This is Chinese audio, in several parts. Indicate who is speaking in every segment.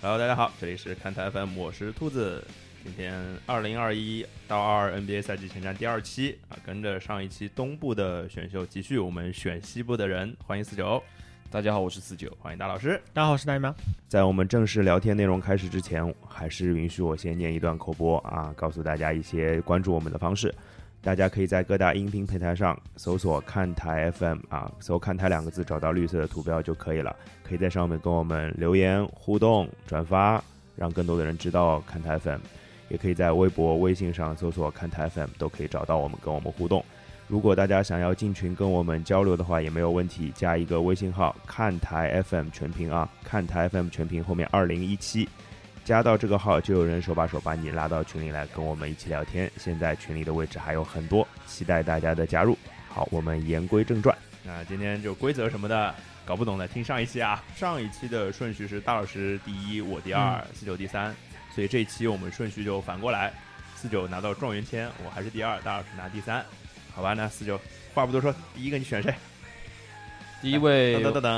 Speaker 1: Hello，大家好，这里是看台 FM，我是兔子。今天二零二一到二 NBA 赛季前瞻第二期啊，跟着上一期东部的选秀继续，我们选西部的人，欢迎四九，
Speaker 2: 大家好，我是四九。
Speaker 1: 欢迎大老师。
Speaker 3: 大家好，我是大姨妈。
Speaker 4: 在我们正式聊天内容开始之前，还是允许我先念一段口播啊，告诉大家一些关注我们的方式。大家可以在各大音频平台上搜索“看台 FM” 啊，搜“看台”两个字，找到绿色的图标就可以了。可以在上面跟我们留言互动、转发，让更多的人知道看台 FM。也可以在微博、微信上搜索“看台 FM”，都可以找到我们，跟我们互动。如果大家想要进群跟我们交流的话，也没有问题，加一个微信号“看台 FM 全屏”啊，“看台 FM 全屏”后面二零一七，加到这个号就有人手把手把你拉到群里来跟我们一起聊天。现在群里的位置还有很多，期待大家的加入。好，我们言归正传，
Speaker 1: 那今天就规则什么的 搞不懂的，听上一期啊。上一期的顺序是大老师第一，我第二，四九第三，所以这一期我们顺序就反过来，四九拿到状元签，我还是第二，大老师拿第三，好吧？那四九话不多说，第一个你选谁？
Speaker 2: 第一位
Speaker 1: 噔，噔噔噔，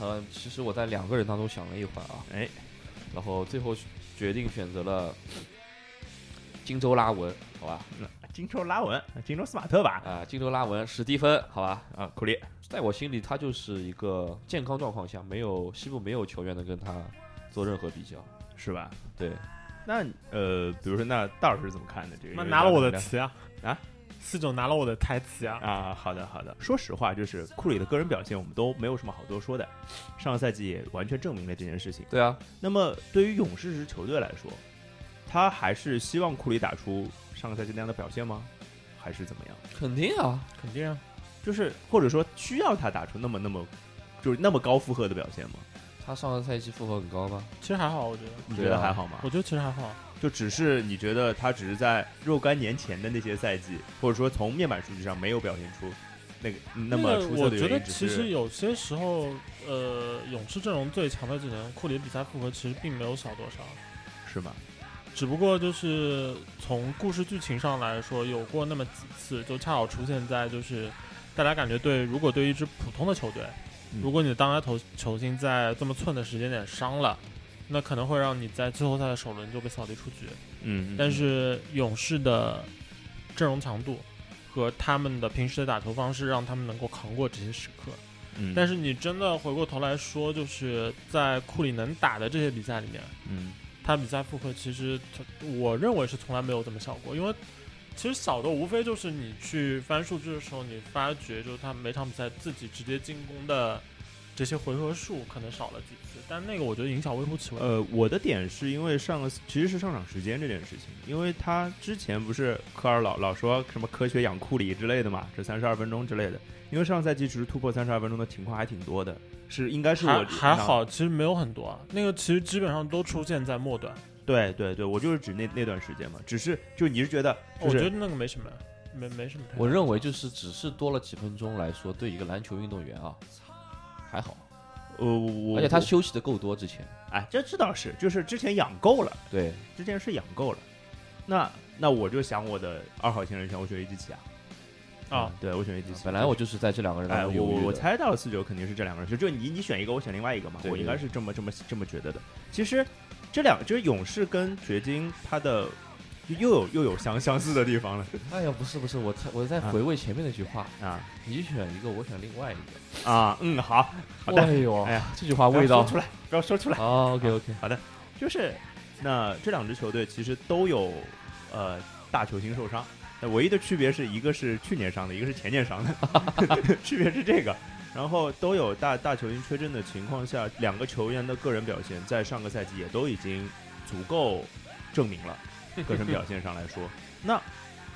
Speaker 2: 呃，其实我在两个人当中想了一会儿啊，
Speaker 1: 哎，
Speaker 2: 然后最后决定选择了荆州拉文，好吧？
Speaker 1: 金州拉文，金州斯马特吧？
Speaker 2: 啊、荆州拉文，史蒂芬，好吧？
Speaker 1: 啊，库里，
Speaker 2: 在我心里，他就是一个健康状况下没有西部没有球员能跟他做任何比较。
Speaker 1: 是吧？
Speaker 2: 对，
Speaker 1: 那呃，比如说，那大老师是怎么看的这个？
Speaker 3: 那
Speaker 1: 因为
Speaker 3: 拿了我
Speaker 1: 大
Speaker 3: 的
Speaker 1: 家
Speaker 3: 词呀！
Speaker 1: 啊，
Speaker 3: 四九拿了我的台词呀！
Speaker 1: 啊，好的好的。说实话，就是库里的个人表现，我们都没有什么好多说的。上赛季也完全证明了这件事情。
Speaker 2: 对啊，
Speaker 1: 那么对于勇士这支球队来说，他还是希望库里打出上个赛季那样的表现吗？还是怎么样？
Speaker 2: 肯定啊，
Speaker 3: 肯定啊，
Speaker 1: 就是或者说需要他打出那么那么就是那么高负荷的表现吗？
Speaker 2: 他上个赛季负荷很高吗？
Speaker 3: 其实还好，我觉得，
Speaker 1: 你觉得还好吗？
Speaker 3: 我觉得其实还好。
Speaker 1: 就只是你觉得他只是在若干年前的那些赛季，或者说从面板数据上没有表现出那个嗯那么
Speaker 3: 个
Speaker 1: 出
Speaker 3: 我
Speaker 1: 色的
Speaker 3: 觉
Speaker 1: 原
Speaker 3: 得
Speaker 1: 因，只
Speaker 3: 其实
Speaker 1: 是
Speaker 3: 有些时候，呃，勇士阵容最强的几人，库里比赛复合其实并没有少多少，
Speaker 1: 是吗？
Speaker 3: 只不过就是从故事剧情上来说，有过那么几次，就恰好出现在就是大家感觉对，如果对一支普通的球队，
Speaker 1: 嗯
Speaker 3: 如果你的当家投球星在这么寸的时间点伤了，那可能会让你在季后赛的首轮就被扫地出局。
Speaker 1: 嗯，嗯
Speaker 3: 但是勇士的阵容强度和他们的平时的打球方式，让他们能够扛过这些时刻。
Speaker 1: 嗯，
Speaker 3: 但是你真的回过头来说，就是在库里能打的这些比赛里面，
Speaker 1: 嗯
Speaker 3: 他比赛负荷其实从我认为是从来没有这么小过，因为其实小的无非就是你去翻数据的时候，你发觉就是他每场比赛自己直接进攻的这些回合数可能少了几次，但那个我觉得影响微乎其微。
Speaker 1: 呃，我的点是因为上个其实是上场时间这件事情，因为他之前不是科尔老老说什么科学养库里之类的嘛，这三十二分钟之类的，因为上赛季其实突破三十二分钟的情况还挺多的，是应该是我
Speaker 3: 还还好，其实没有很多啊，那个其实基本上都出现在末端。
Speaker 1: 对对对，我就是指那那段时间嘛，只是就你是觉得就
Speaker 3: 我觉
Speaker 1: 是
Speaker 3: 得那个没什么，没没什么太大。
Speaker 2: 我认为就是只是多了几分钟来说，对一个篮球运动员啊，还好，
Speaker 1: 呃我
Speaker 2: 而且他
Speaker 1: 我
Speaker 2: 休息的够多。之前
Speaker 1: 哎这这倒是就是之前养够了。
Speaker 2: 对，
Speaker 1: 之前是养够了，那那我就想我的二号线人选，我选一基奇啊，
Speaker 3: 啊，
Speaker 1: 对我选一基奇。
Speaker 2: 本来我就是在这两个人当
Speaker 1: 哎，
Speaker 2: 中
Speaker 1: 我
Speaker 2: 犹豫
Speaker 1: 我
Speaker 2: 的
Speaker 1: 我猜到了四九肯定是这两个人，就就你你选一个，我选另外一个嘛，
Speaker 2: 对
Speaker 1: 我应
Speaker 2: 对
Speaker 1: 该是这么这么这么觉得的。其实这两就是勇士跟掘金，它的又有又有相相似的地 方了
Speaker 2: 哎呀，不是不是，我在我在回味前面那句话，
Speaker 1: 啊
Speaker 2: 你选一个，我选另外一个。
Speaker 1: 啊嗯好，好的
Speaker 2: 哎呦，
Speaker 1: 哎呀
Speaker 2: 这句话味
Speaker 1: 不要
Speaker 2: 道
Speaker 1: 说出来，不要说出来。
Speaker 2: 啊，OK OK，
Speaker 1: 就是那这两支球队其实都有呃大球星受伤，那唯一的区别是一个是去年伤的，一个是前年伤的， 区别是这个。然后都有大大球星缺阵的情况下，两个球员的个人表现在上个赛季也都已经足够证明了，个人表现上来说。 那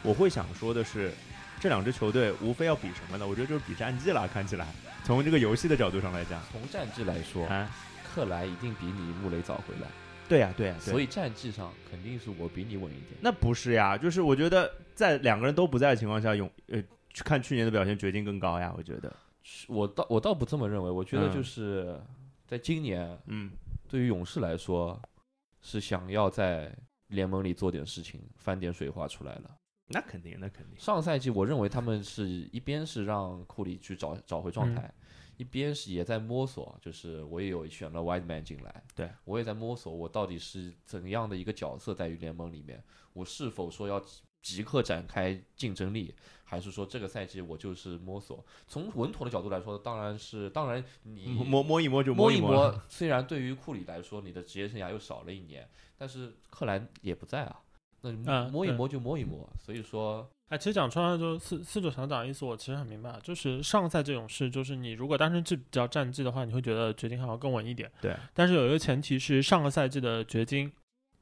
Speaker 1: 我会想说的是，这两支球队无非要比什么呢？我觉得就是比战绩了，看起来从这个游戏的角度上来 讲，
Speaker 2: 从战绩来说，
Speaker 1: 啊，
Speaker 2: 克莱一定比你穆雷早回来，
Speaker 1: 对呀、对呀、对呀
Speaker 2: 所以战绩上肯定是我比你稳一点。
Speaker 1: 那不是呀，就是我觉得在两个人都不在的情况下，勇呃去看去年的表现，决定更高呀，我觉得。
Speaker 2: 我倒我倒不这么认为，我觉得
Speaker 1: 嗯
Speaker 2: 就是在今年，
Speaker 1: 嗯
Speaker 2: 对于勇士来说，是想要在联盟里做点事情，翻点水花出来了。
Speaker 1: 那肯定，那肯定。
Speaker 2: 上赛季我认为他们是一边是让库里去找找回
Speaker 1: 嗯
Speaker 2: 状态，一边是也在摸索，就是我也有选了 Wide Man 进来，
Speaker 1: 对
Speaker 2: 我也在摸索我到底是怎样的一个角色在于联盟里面，我是否说要即刻展开竞争力，还是说这个赛季我就是摸索？从稳妥的角度来说，当然是当然你
Speaker 1: 嗯摸摸一摸就
Speaker 2: 摸
Speaker 1: 一
Speaker 2: 摸
Speaker 1: 摸，
Speaker 2: 虽然对于库里来说，你的职业生涯又少了一年，但是克莱也不在啊，那你摸
Speaker 3: 嗯
Speaker 2: 摸一
Speaker 3: 对
Speaker 2: 摸就摸一摸，所以说
Speaker 3: 哎，其实讲穿了，就是四四九强讲意思，我其实很明白，啊就是上赛这种事，就是你如果单纯去比较战绩的话，你会觉得掘金还要更稳一点。
Speaker 1: 对。
Speaker 3: 但是有一个前提是，上个赛季的掘金，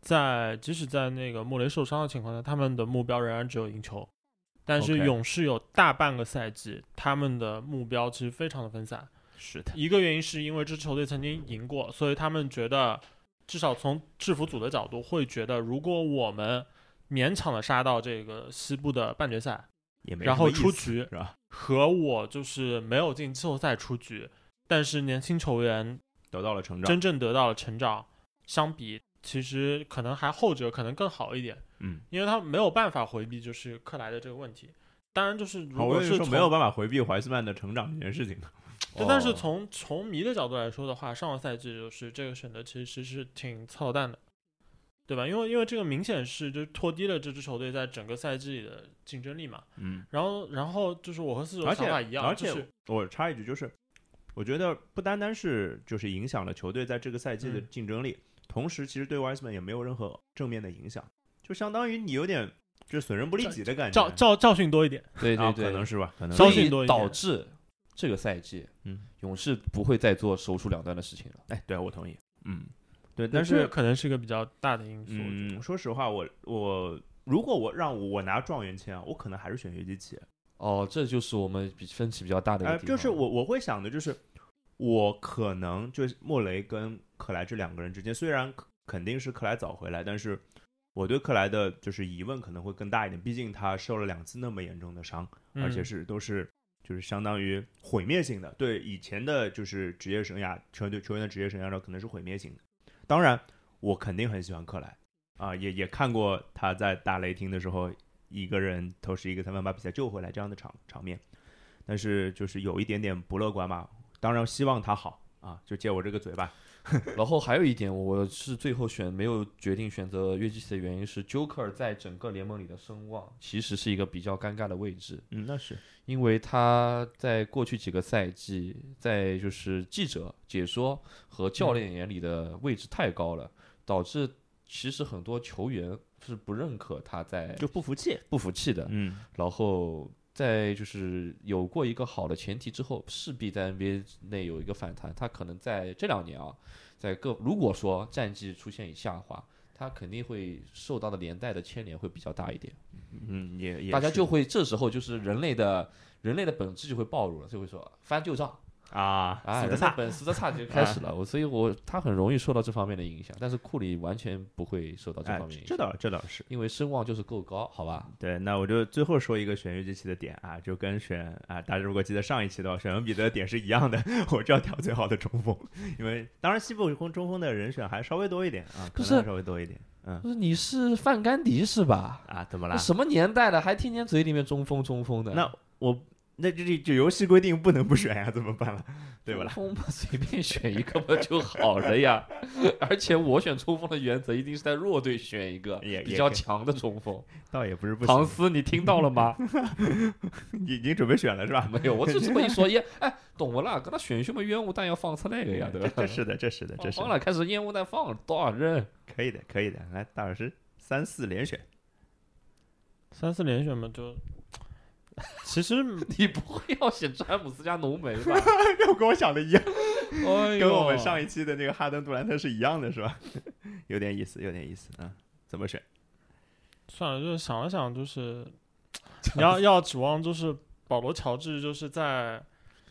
Speaker 3: 在即使在那个穆雷受伤的情况下，他们的目标仍然只有赢球。但是
Speaker 1: OK
Speaker 3: 勇士有大半个赛季，他们的目标其实非常的分散。
Speaker 1: 是的，
Speaker 3: 一个原因是因为这支球队曾经赢过，所以他们觉得，至少从制服组的角度会觉得，如果我们勉强的杀到这个西部的半决赛，
Speaker 1: 也没
Speaker 3: 然
Speaker 1: 什么
Speaker 3: 后
Speaker 1: 意
Speaker 3: 出
Speaker 1: 思
Speaker 3: 局
Speaker 1: 是吧？
Speaker 3: 和我就是没有进季后赛出局，但是年轻球员
Speaker 1: 得到了成长，
Speaker 3: 真正得到了成长，相比其实可能还后者可能更好一点，
Speaker 1: 嗯。
Speaker 3: 因为他没有办法回避就是克莱的这个问题。当然，就是如
Speaker 1: 好，我
Speaker 3: 果
Speaker 1: 也
Speaker 3: 是
Speaker 1: 说
Speaker 3: 从
Speaker 1: 没有办法回避怀斯曼的成长这件事情的。
Speaker 3: 对，但
Speaker 2: 哦
Speaker 3: 是从球迷的角度来说的话，上个赛季就是这个选择其实是挺操蛋的，对吧？因为因为这个明显是就拖低了这支球队在整个赛季里的竞争力嘛。
Speaker 1: 嗯，
Speaker 3: 然后然后就是我和四九
Speaker 1: 而
Speaker 3: 的想
Speaker 1: 且
Speaker 3: 法一样，
Speaker 1: 而
Speaker 3: 就
Speaker 1: 且
Speaker 3: 是
Speaker 1: 我插一句，就是我觉得不单单是就是影响了球队在这个赛季的
Speaker 3: 嗯
Speaker 1: 竞争力，同时其实对 Wiseman 也没有任何正面的影响，就相当于你有点就是损人不利己的感觉。
Speaker 3: 教教教训多一点。
Speaker 2: 对对
Speaker 1: 啊
Speaker 2: 对，
Speaker 1: 可能是吧，可能
Speaker 3: 稍
Speaker 2: 所
Speaker 1: 是
Speaker 3: 微
Speaker 2: 以
Speaker 3: 信多一点
Speaker 2: 导致这个赛季，
Speaker 1: 嗯
Speaker 2: 勇士不会再做手术两端的事情了。
Speaker 1: 哎，对我同意，嗯，对，但
Speaker 3: 这
Speaker 1: 是
Speaker 3: 可能是个比较大的因素。我觉
Speaker 1: 嗯，
Speaker 3: 得
Speaker 1: 说实话，我我如果我让我我拿状元签啊，我可能还是选约基奇。
Speaker 2: 哦，这就是我们比分歧比较大的一个
Speaker 1: 呃，
Speaker 2: 地方。
Speaker 1: 就是我我会想的就是，我可能就是莫雷跟克莱这两个人之间，虽然可肯定是克莱早回来，但是我对克莱的就是疑问可能会更大一点，毕竟他受了两次那么严重的伤，而且
Speaker 3: 嗯
Speaker 1: 是都是就是相当于毁灭性的，对以前的就是职业生涯球队球员的职业生涯中可能是毁灭性的。当然，我肯定很喜欢克莱啊、也也看过他在打雷霆的时候一个人投十一个三分把比赛救回来这样的场场面，但是就是有一点点不乐观嘛。当然希望他好啊，就借我这个嘴吧。
Speaker 2: 然后还有一点，我是最后选没有决定选择约基奇的原因是，Joker 在整个联盟里的声望其实是一个比较尴尬的位置，
Speaker 1: 嗯，那是
Speaker 2: 因为他在过去几个赛季，在就是记者、解说和教练眼里的位置太高了，导致其实很多球员是不认可他在
Speaker 1: 就不服气。
Speaker 2: 不服气的，
Speaker 1: 嗯，
Speaker 2: 然后在就是有过一个好的前提之后，势必在 NBA 内有一个反弹。他可能在这两年啊，在各如果说战绩出现以下滑，他肯定会受到的连带的牵连会比较大一点。
Speaker 1: 嗯，也也
Speaker 2: 大家
Speaker 1: 是
Speaker 2: 就会这时候就是人类的人类的本质就会暴露了，就会说翻旧账
Speaker 1: 啊，
Speaker 2: 啊，
Speaker 1: 死
Speaker 2: 人
Speaker 1: 得
Speaker 2: 类
Speaker 1: 差。
Speaker 2: 本斯的差就开 始了。我所以我他很容易受到这方面的影响，但是库里完全不会受到这
Speaker 1: 哎
Speaker 2: 方面，影
Speaker 1: 这
Speaker 2: 响。
Speaker 1: 倒这倒是。
Speaker 2: 因为声望就是够高，好吧？
Speaker 1: 对，那我就最后说一个选约基奇的点啊，就跟选啊，大家如果记得上一期的话，选恩比德的点是一样的， 我就要挑最好的中锋，因为当然西部中中锋的人选还稍微多一点啊，可
Speaker 2: 不
Speaker 1: 能
Speaker 2: 是
Speaker 1: 还稍微多一点，嗯
Speaker 2: 不是你是范甘迪是吧？
Speaker 1: 啊，怎么啦？
Speaker 2: 什么年代了，还天天嘴里面中风中风的？
Speaker 1: 那我那这这这游戏规定不能不选呀、怎么办了？对吧啦？
Speaker 2: 中锋嘛，随便选一个不就好了 呀？而且我选中锋的原则一定是在弱队选一个
Speaker 1: 也
Speaker 2: 比
Speaker 1: 也
Speaker 2: 较
Speaker 1: 可以
Speaker 2: 强的中锋。
Speaker 1: 倒也不是不
Speaker 2: 唐
Speaker 1: 行，
Speaker 2: 斯，你听到了吗？
Speaker 1: 已已经准备选了是吧？
Speaker 2: 没 有，我就这么一说，耶，哎，懂不啦？跟他选什么烟雾弹要放出那个呀，对
Speaker 1: 这
Speaker 2: 吧
Speaker 1: 这？是的，这是的，这是
Speaker 2: 放
Speaker 1: 的，
Speaker 2: 了，开始烟雾弹放多少人？
Speaker 1: 可以的，可以的。来，大老师三四连选，
Speaker 3: 三四连选嘛，就 其实
Speaker 2: 你不会要选詹姆斯加浓眉吧？
Speaker 1: 又跟我想的一样，
Speaker 2: 哎呦，
Speaker 1: 跟我们上一期的那个哈登杜兰特是一样的，是吧？ 有点意思，有点意思啊。怎么选？
Speaker 3: 算了，就是想了想，就是你要要指望就是保罗乔治就是在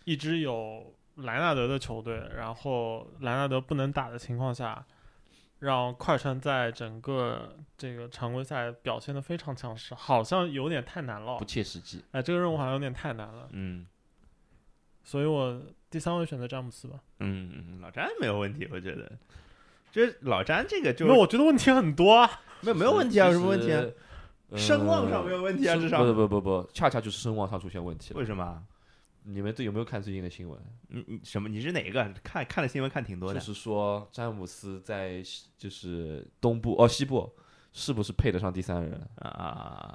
Speaker 3: 一支有莱纳德的球队，然后莱纳德不能打的情况下，让快船在整个这个常规赛表现的非常强势，好像有点太难了
Speaker 2: 不。切实际。
Speaker 3: 哎，这个任务好像有点太难了，
Speaker 1: 嗯
Speaker 3: 所以我第三位选择詹姆斯吧。
Speaker 1: 嗯，嗯老詹没有问题，我觉得。这老詹这个就
Speaker 3: 因为我觉得问题很多啊。
Speaker 1: 没有没有问题啊，有
Speaker 2: 其
Speaker 1: 什么问题啊
Speaker 2: 实？
Speaker 1: 声望上没
Speaker 2: 有
Speaker 1: 有问题啊，至少
Speaker 2: 呃不不不不不，恰恰就是声望上出现问题了。
Speaker 1: 为什么？啊
Speaker 2: 你们这有没有看最近的新闻？
Speaker 1: 你你什么？你是哪个？看看了新闻看挺多
Speaker 2: 就
Speaker 1: 的，
Speaker 2: 是说詹姆斯在西就是东部哦西部是不是配得上第三人？
Speaker 1: 啊啊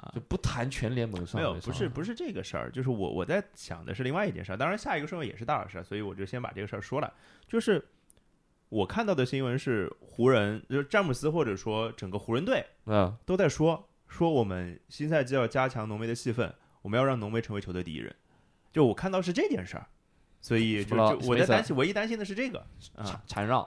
Speaker 1: 啊！
Speaker 2: 就不谈全联盟上
Speaker 1: 没有，
Speaker 2: 面
Speaker 1: 不
Speaker 2: 上
Speaker 1: 是不是这个事儿，就是我我在想的是另外一件事儿。当然，下一个新闻也是大点事儿，所以我就先把这个事儿说了。就是我看到的新闻是，湖人就是詹姆斯或者说整个湖人队
Speaker 2: 嗯
Speaker 1: 都在说说我们新赛季要加强浓眉的戏份，我们要让浓眉成为球队第一人。就我看到是这件事儿，所以
Speaker 2: 什
Speaker 1: 就
Speaker 2: 么了
Speaker 1: 就
Speaker 2: 什么
Speaker 1: 我
Speaker 2: 意
Speaker 1: 在
Speaker 2: 思啊
Speaker 1: 担心，唯一担心的是这个。
Speaker 2: 缠缠绕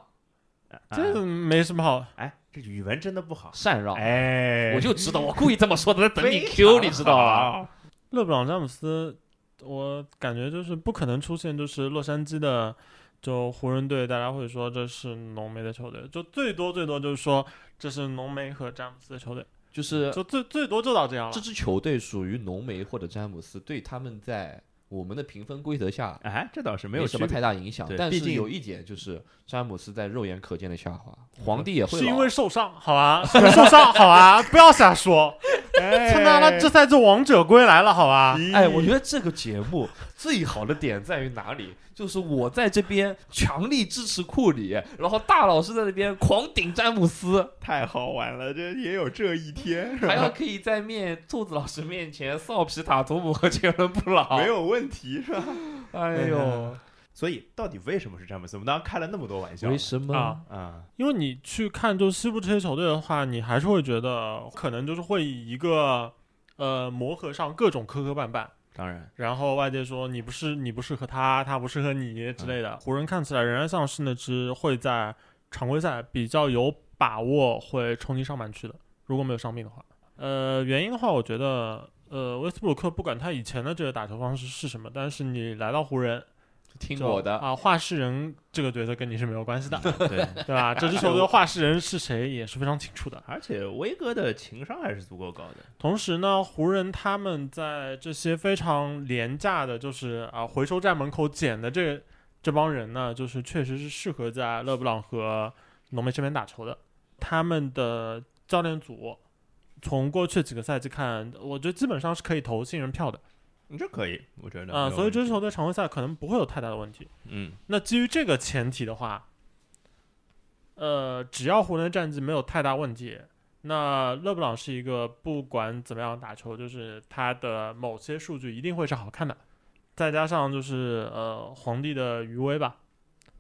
Speaker 1: 啊
Speaker 3: 这没什么好。
Speaker 1: 哎，这语文真的不好。
Speaker 2: 缠绕，
Speaker 1: 哎，
Speaker 2: 啊我就知道我故意这么说的，在等你
Speaker 1: 非常
Speaker 2: Q，你知道吧？
Speaker 1: 好？
Speaker 3: 勒布朗詹姆斯，我感觉就是不可能出现，就是洛杉矶的就湖人队，大家会说这是浓眉的球队，就最多最多就是说这是浓眉和詹姆斯的球队，
Speaker 2: 就是
Speaker 3: 就最最多就到这样了
Speaker 2: 这。支球队属于浓眉或者詹姆斯，对他们在我们的评分规则下
Speaker 1: 哎，这倒是没
Speaker 2: 没
Speaker 1: 有
Speaker 2: 什么
Speaker 1: 区别
Speaker 2: 太大影响
Speaker 1: 对，
Speaker 2: 但
Speaker 1: 毕
Speaker 2: 是
Speaker 1: 竟嗯
Speaker 2: 有一点就是詹姆斯在肉眼可见的下滑，皇帝也会
Speaker 3: 是因
Speaker 2: 老啊
Speaker 3: 为受伤，好吧？是因为受伤，好吧？不要瞎说。
Speaker 1: 哎
Speaker 3: 他妈的，这赛季王者归来了，好吧？
Speaker 2: 哎，我觉得这个节目最好的点在于哪里？就是我在这边强力支持库里，然后大老师在那边狂顶詹姆斯，
Speaker 1: 太好玩了，这也有这一天是
Speaker 2: 还要
Speaker 1: 吧？
Speaker 2: 可以在面兔子老师面前臊皮塔图姆和杰伦布朗。
Speaker 1: 没，有问题是吧？
Speaker 2: 哎呦，
Speaker 1: 所以到底为什么是詹姆斯？我们当时开了那么多玩笑
Speaker 2: 为什么？
Speaker 3: 啊，
Speaker 1: 啊，
Speaker 3: 因为你去看就西部这些球队的话，你还是会觉得可能就是会以一个呃磨合上各种磕磕绊绊，
Speaker 1: 当然
Speaker 3: 然后外界说你不是你不适合他，他不适合你之类的。湖人看起来仍然像是那支会在常规赛比较有把握会冲击上半区的，如果没有伤病的话。呃，原因的话，我觉得呃，威斯布鲁克不管他以前的这个打球方式是什么，但是你来到湖人，
Speaker 2: 听
Speaker 3: 就
Speaker 2: 我的，
Speaker 3: 啊，话事人这个角色跟你是没有关系的，
Speaker 1: 对。
Speaker 3: 对吧？这支球队的话事人是谁也是非常清楚的。
Speaker 1: 而且威哥的情商还是足够高的，
Speaker 3: 同时呢，湖人他们在这些非常廉价的，就是啊回收站门口捡的这这帮人呢，就是确实是适合在勒布朗和浓眉这边打球的。他们的教练组从过去几个赛季看，我觉得基本上是可以投信任票的
Speaker 1: 你这可以，我觉得
Speaker 3: 啊、
Speaker 1: 没有
Speaker 3: 所以
Speaker 1: 问题
Speaker 3: 这支球队常规赛可能不会有太大的问题。
Speaker 1: 嗯，
Speaker 3: 那基于这个前提的话，呃，只要湖人的战绩没有太大问题，那勒布朗是一个不管怎么样打球，就是他的某些数据一定会是好看的，再加上就是呃皇帝的余威吧，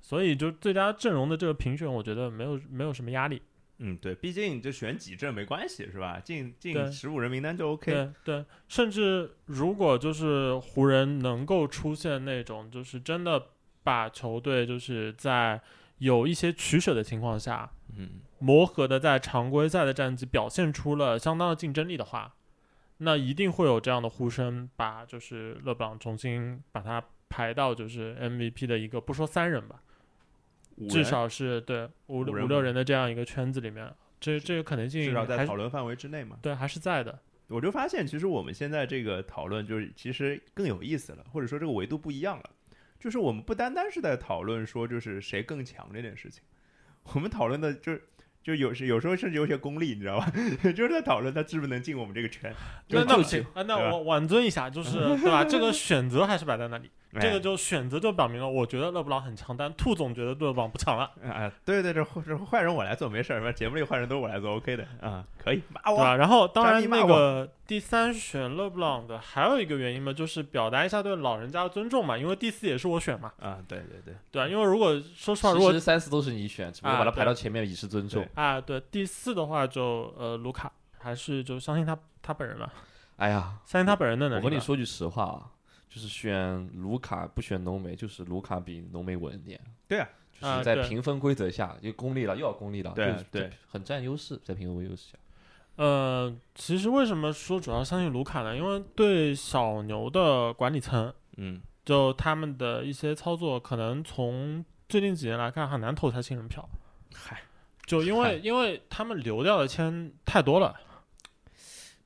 Speaker 3: 所以就最佳阵容的这个评选，我觉得没有没有什么压力。
Speaker 1: 嗯，对，毕竟就选几阵没关系是吧？进
Speaker 3: 对
Speaker 1: 进十五人名单就 OK。
Speaker 3: 对对，甚至如果就是湖人能够出现那种就是真的把球队就是在有一些取舍的情况下，
Speaker 1: 嗯，
Speaker 3: 磨合的在常规赛的战绩表现出了相当的竞争力的话，那一定会有这样的呼声，把就是勒布朗重新把他排到就是 MVP 的一个不说三人吧，
Speaker 1: 五
Speaker 3: 至
Speaker 1: 人
Speaker 3: 少是对五
Speaker 1: 五人
Speaker 3: 五六人的这样一个圈子里面，这这个可能
Speaker 1: 至
Speaker 3: 性
Speaker 1: 少在
Speaker 3: 还
Speaker 1: 讨
Speaker 3: 是
Speaker 1: 论范围之内嘛。
Speaker 3: 对还是在的。
Speaker 1: 我就发现，其实我们现在这个讨论就是其实更有意思了，或者说这个维度不一样了。就是我们不单单是在讨论说就是谁更强这件事情，我们讨论的就是就有时有时候甚至有些功利，你知道吧？ 就是在讨论他是不是能进我们这个圈。
Speaker 3: 那
Speaker 1: 就
Speaker 3: 那不
Speaker 1: 就
Speaker 3: 行啊，
Speaker 1: 对
Speaker 3: 那
Speaker 1: 吧
Speaker 3: 我挽尊一下，就是 对吧？这个选择还是摆 在那里，
Speaker 1: 哎
Speaker 3: 这个就选择就表明了，我觉得勒布朗很强，但兔总觉得勒布朗不强了，
Speaker 1: 哎啊，对对，这坏这坏人我来做没事儿，反正节目里坏人都是我来做，OK 的啊，可以骂
Speaker 3: 对
Speaker 1: 我。
Speaker 3: 吧？然后当
Speaker 1: 加
Speaker 3: 然
Speaker 1: 密
Speaker 3: 那
Speaker 1: 骂
Speaker 3: 个第三选勒布朗的还有一个原因嘛，就是表达一下对老人家的尊重嘛，因为第四也是我选嘛，
Speaker 1: 啊，对对对，
Speaker 3: 对吧？因为如果说实话，如
Speaker 2: 其
Speaker 3: 果
Speaker 2: 实三四都是你选，只不过把它
Speaker 3: 啊
Speaker 2: 排到前面以示尊重
Speaker 1: 对。
Speaker 3: 啊对第四的话就呃卢卡还是就相信他他本人吧，
Speaker 2: 哎呀，
Speaker 3: 相信他本人的能
Speaker 2: 我
Speaker 3: 力。
Speaker 2: 跟你，说句实话啊，就是选卢卡不选浓眉，就是卢卡比浓眉稳一点。
Speaker 1: 对啊，
Speaker 2: 就是
Speaker 3: 啊
Speaker 2: 在
Speaker 3: 对
Speaker 2: 评分规则下又功利了，又要功利了，
Speaker 1: 对啊
Speaker 2: 就是
Speaker 1: 对，
Speaker 2: 很占优势，在评分优势下。
Speaker 3: 呃，其实为什么说主要相信卢卡呢？因为对小牛的管理层，
Speaker 1: 嗯，
Speaker 3: 就他们的一些操作，可能从最近几年来看很难投他信任票。
Speaker 1: 嗨，
Speaker 3: 就因
Speaker 2: 嗨
Speaker 3: 为因为他们流掉的签太多了，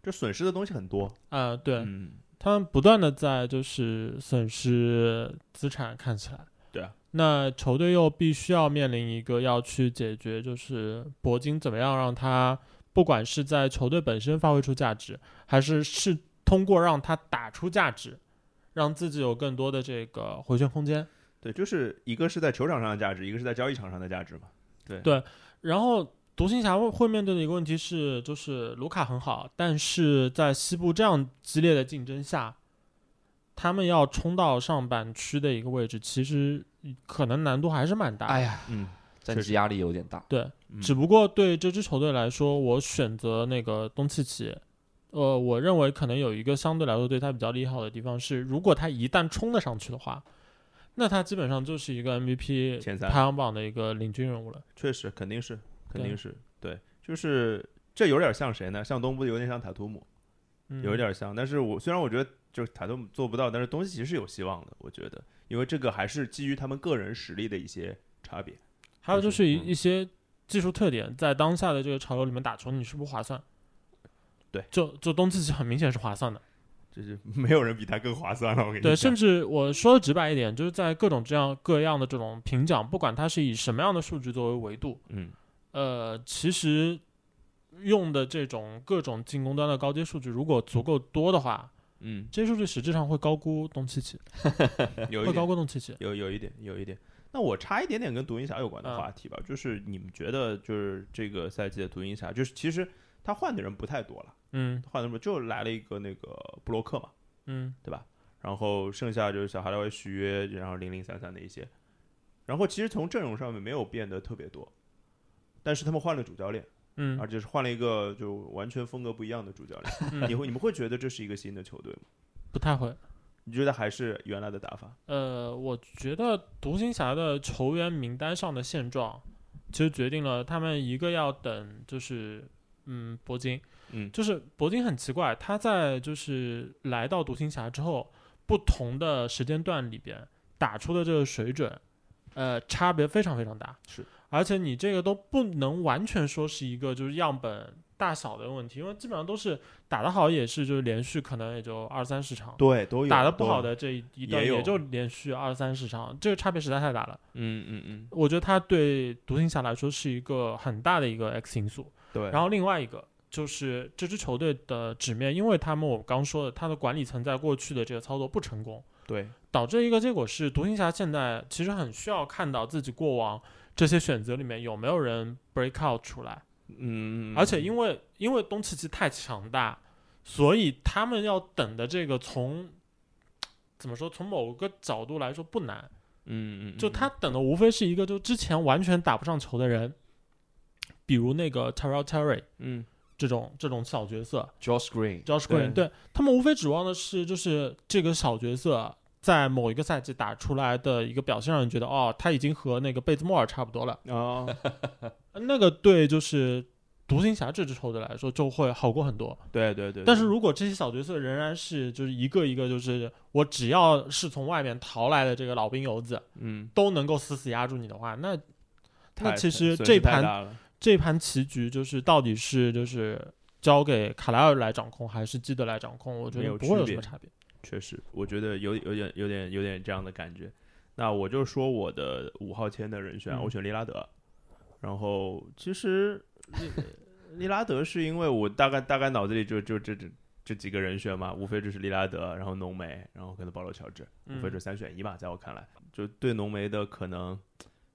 Speaker 1: 这损失的东西很多。
Speaker 3: 啊、对、
Speaker 1: 嗯，
Speaker 3: 他们不断的在就是损失资产，看起来。
Speaker 1: 对啊。
Speaker 3: 那球队又必须要面临一个要去解决，就是铂金怎么样让他不管是在球队本身发挥出价值，还是是通过让他打出价值，让自己有更多的这个回旋空间。
Speaker 1: 对，就是一个是在球场上的价值，一个是在交易场上的价值嘛。
Speaker 3: 然后独行侠会会面对的一个问题是，就是卢卡很好，但是在西部这样激烈的竞争下，他们要冲到上半区的一个位置，其实可能难度还是蛮大的。
Speaker 2: 哎呀，
Speaker 1: 嗯，
Speaker 2: 战
Speaker 1: 确
Speaker 2: 绩压力有点大。
Speaker 3: 对，
Speaker 1: 嗯
Speaker 3: 只不过对这支球队来说，我选择那个东契奇，呃，我认为可能有一个相对来说对他比较利好的地方是，如果他一旦冲得上去的话，那他基本上就是一个 MVP
Speaker 1: 前三
Speaker 3: 排行榜的一个领军人物了。
Speaker 1: 确实肯定是，肯
Speaker 3: 对
Speaker 1: 定是对，就是这有点像谁呢？像东部有点像塔图姆，
Speaker 3: 嗯、
Speaker 1: 有一点像。但是我虽然我觉得就是塔图姆做不到，但是东西其实是有希望的，我觉得，因为这个还是基于他们个人实力的一些差别。
Speaker 3: 还有就是一
Speaker 2: 嗯
Speaker 3: 一些技术特点，在当下的这个潮流里面打球，你是不是划算？
Speaker 1: 对，
Speaker 3: 就就东契奇很明显是划算的。
Speaker 1: 就是没有人比他更划算了，我跟你
Speaker 3: 对，
Speaker 1: 讲
Speaker 3: 甚至我说的直白一点，就是在各种这样各样的这种评奖，不管它是以什么样的数据作为维度，
Speaker 1: 嗯，
Speaker 3: 呃，其实用的这种各种进攻端的高阶数据，如果足够多的话，
Speaker 1: 嗯，
Speaker 3: 这些数据实质上会高估东契奇，
Speaker 1: 有一
Speaker 3: 会
Speaker 1: 点
Speaker 3: 高估东契奇。
Speaker 1: 有有一点，有一点。那我插一点点跟独行侠有关
Speaker 3: 嗯
Speaker 1: 的话题吧，就是你们觉得就是这个赛季的独行侠，就是其实他换的人不太多了，
Speaker 3: 嗯
Speaker 1: 换的人不就来了一个那个布洛克嘛，
Speaker 3: 嗯，
Speaker 1: 对吧？然后剩下就是小哈利威续约，然后零零散散的一些，然后其实从阵容上面没有变得特别多，但是他们换了主教练，
Speaker 3: 嗯，
Speaker 1: 而且是换了一个就完全风格不一样的主教练，
Speaker 3: 嗯
Speaker 1: 你会你们会觉得这是一个新的球队吗？
Speaker 3: 不太会。
Speaker 1: 你觉得还是原来的打法？嗯
Speaker 3: 呃，我觉得独行侠的球员名单上的现状，其实决定了他们一个要等就是嗯铂金，
Speaker 1: 嗯
Speaker 3: 就是铂金很奇怪，他在就是来到独行侠之后，不同的时间段里边打出的这个水准，呃，差别非常非常大。
Speaker 1: 是，
Speaker 3: 而且你这个都不能完全说是一个就是样本大小的问题，因为基本上都是打得好也是就是连续可能也就二三十场。
Speaker 1: 对，都有
Speaker 3: 打得不
Speaker 1: 都
Speaker 3: 好
Speaker 1: 有，
Speaker 3: 的这一一段
Speaker 1: 也有
Speaker 3: 也就连续二三十场，这个差别实在太大了。
Speaker 1: 嗯嗯嗯，
Speaker 3: 我觉得他对独行侠来说是一个很大的一个 X 因素。
Speaker 1: 对，
Speaker 3: 然后另外一个就是这支球队的纸面，因为他们我刚说的，他的管理层在过去的这个操作不成功，
Speaker 1: 对。
Speaker 3: 导致一个结果是独行侠现在其实很需要看到自己过往这些选择里面有没有人 break out 出来。
Speaker 1: 嗯，
Speaker 3: 而且因为因为东契奇太强大，所以他们要等的这个从怎么说，从某个角度来说不难，
Speaker 1: 嗯嗯，
Speaker 3: 就他等的无非是一个就之前完全打不上球的人，比如那个 Terrell Terry
Speaker 1: 嗯
Speaker 3: 这种这种小角色
Speaker 2: Josh Green，
Speaker 3: ，Josh Green，
Speaker 1: 对
Speaker 3: 对他们无非指望的是就是这个小角色。在某一个赛季打出来的一个表现，让人觉得哦，他已经和那个贝兹莫尔差不多了。
Speaker 1: 哦，
Speaker 3: 那个对，就是独行侠这支球队来说，就会好过很多。
Speaker 1: 对对对，
Speaker 3: 但是如果这些小角色仍然是就是一个一个就是我只要是从外面逃来的这个老兵游子
Speaker 1: 嗯，
Speaker 3: 都能够死死压住你的话，那那
Speaker 1: 太
Speaker 3: 其实
Speaker 1: 损失
Speaker 3: 这
Speaker 1: 太
Speaker 3: 盘
Speaker 1: 大了
Speaker 3: 这盘棋局就是到底是就是交给卡莱尔来掌控还是基德来掌控，我觉
Speaker 1: 没
Speaker 3: 得
Speaker 1: 有
Speaker 3: 不会有
Speaker 1: 区
Speaker 3: 什
Speaker 1: 别
Speaker 3: 么差别。
Speaker 1: 确实，我觉得有有点有点有点这样的感觉。那我就说我的五号签的人选，
Speaker 3: 嗯
Speaker 1: 我选利拉德。然后其实利 利拉德是因为我大概大概脑子里就就这这这几个人选嘛，无非就是利拉德，然后浓眉，然后可能保罗乔治。无非这
Speaker 3: 嗯
Speaker 1: 三选一吧，在我看来，就对浓眉的可能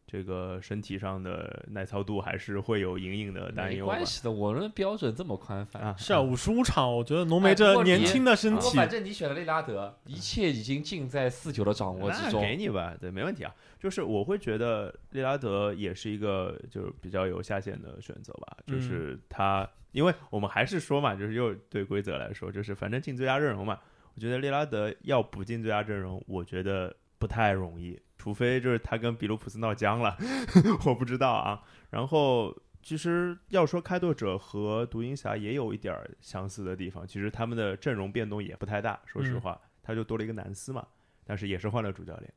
Speaker 1: 这个身体上的耐操度还是会有隐隐的担
Speaker 2: 没
Speaker 1: 忧吧
Speaker 2: 关。系的，我的标准这么宽泛。
Speaker 1: 啊，
Speaker 3: 是啊，五十五场，我觉得浓
Speaker 2: 哎
Speaker 3: 眉
Speaker 2: 不
Speaker 3: 这
Speaker 2: 过
Speaker 3: 年
Speaker 2: 你
Speaker 3: 轻的身
Speaker 2: 不过
Speaker 3: 体，
Speaker 2: 反正你选了利拉德，一切已经尽在四九的掌握之
Speaker 1: 啊那
Speaker 2: 中。
Speaker 1: 给你吧，对，没问题啊。就是我会觉得利拉德也是一个就是比较有下限的选择吧，就
Speaker 3: 嗯
Speaker 1: 是他，因为我们还是说嘛，就是又对规则来说，就是反正进最佳阵容嘛，我觉得利拉德要不进最佳阵容，我觉得不太容易，除非就是他跟比卢普斯闹僵了， 我不知道啊。然后其实要说开拓者和独行侠也有一点儿相似的地方，其实他们的阵容变动也不太大，说实
Speaker 3: 嗯
Speaker 1: 话，他就多了一个南斯嘛，但是也是换了主教练。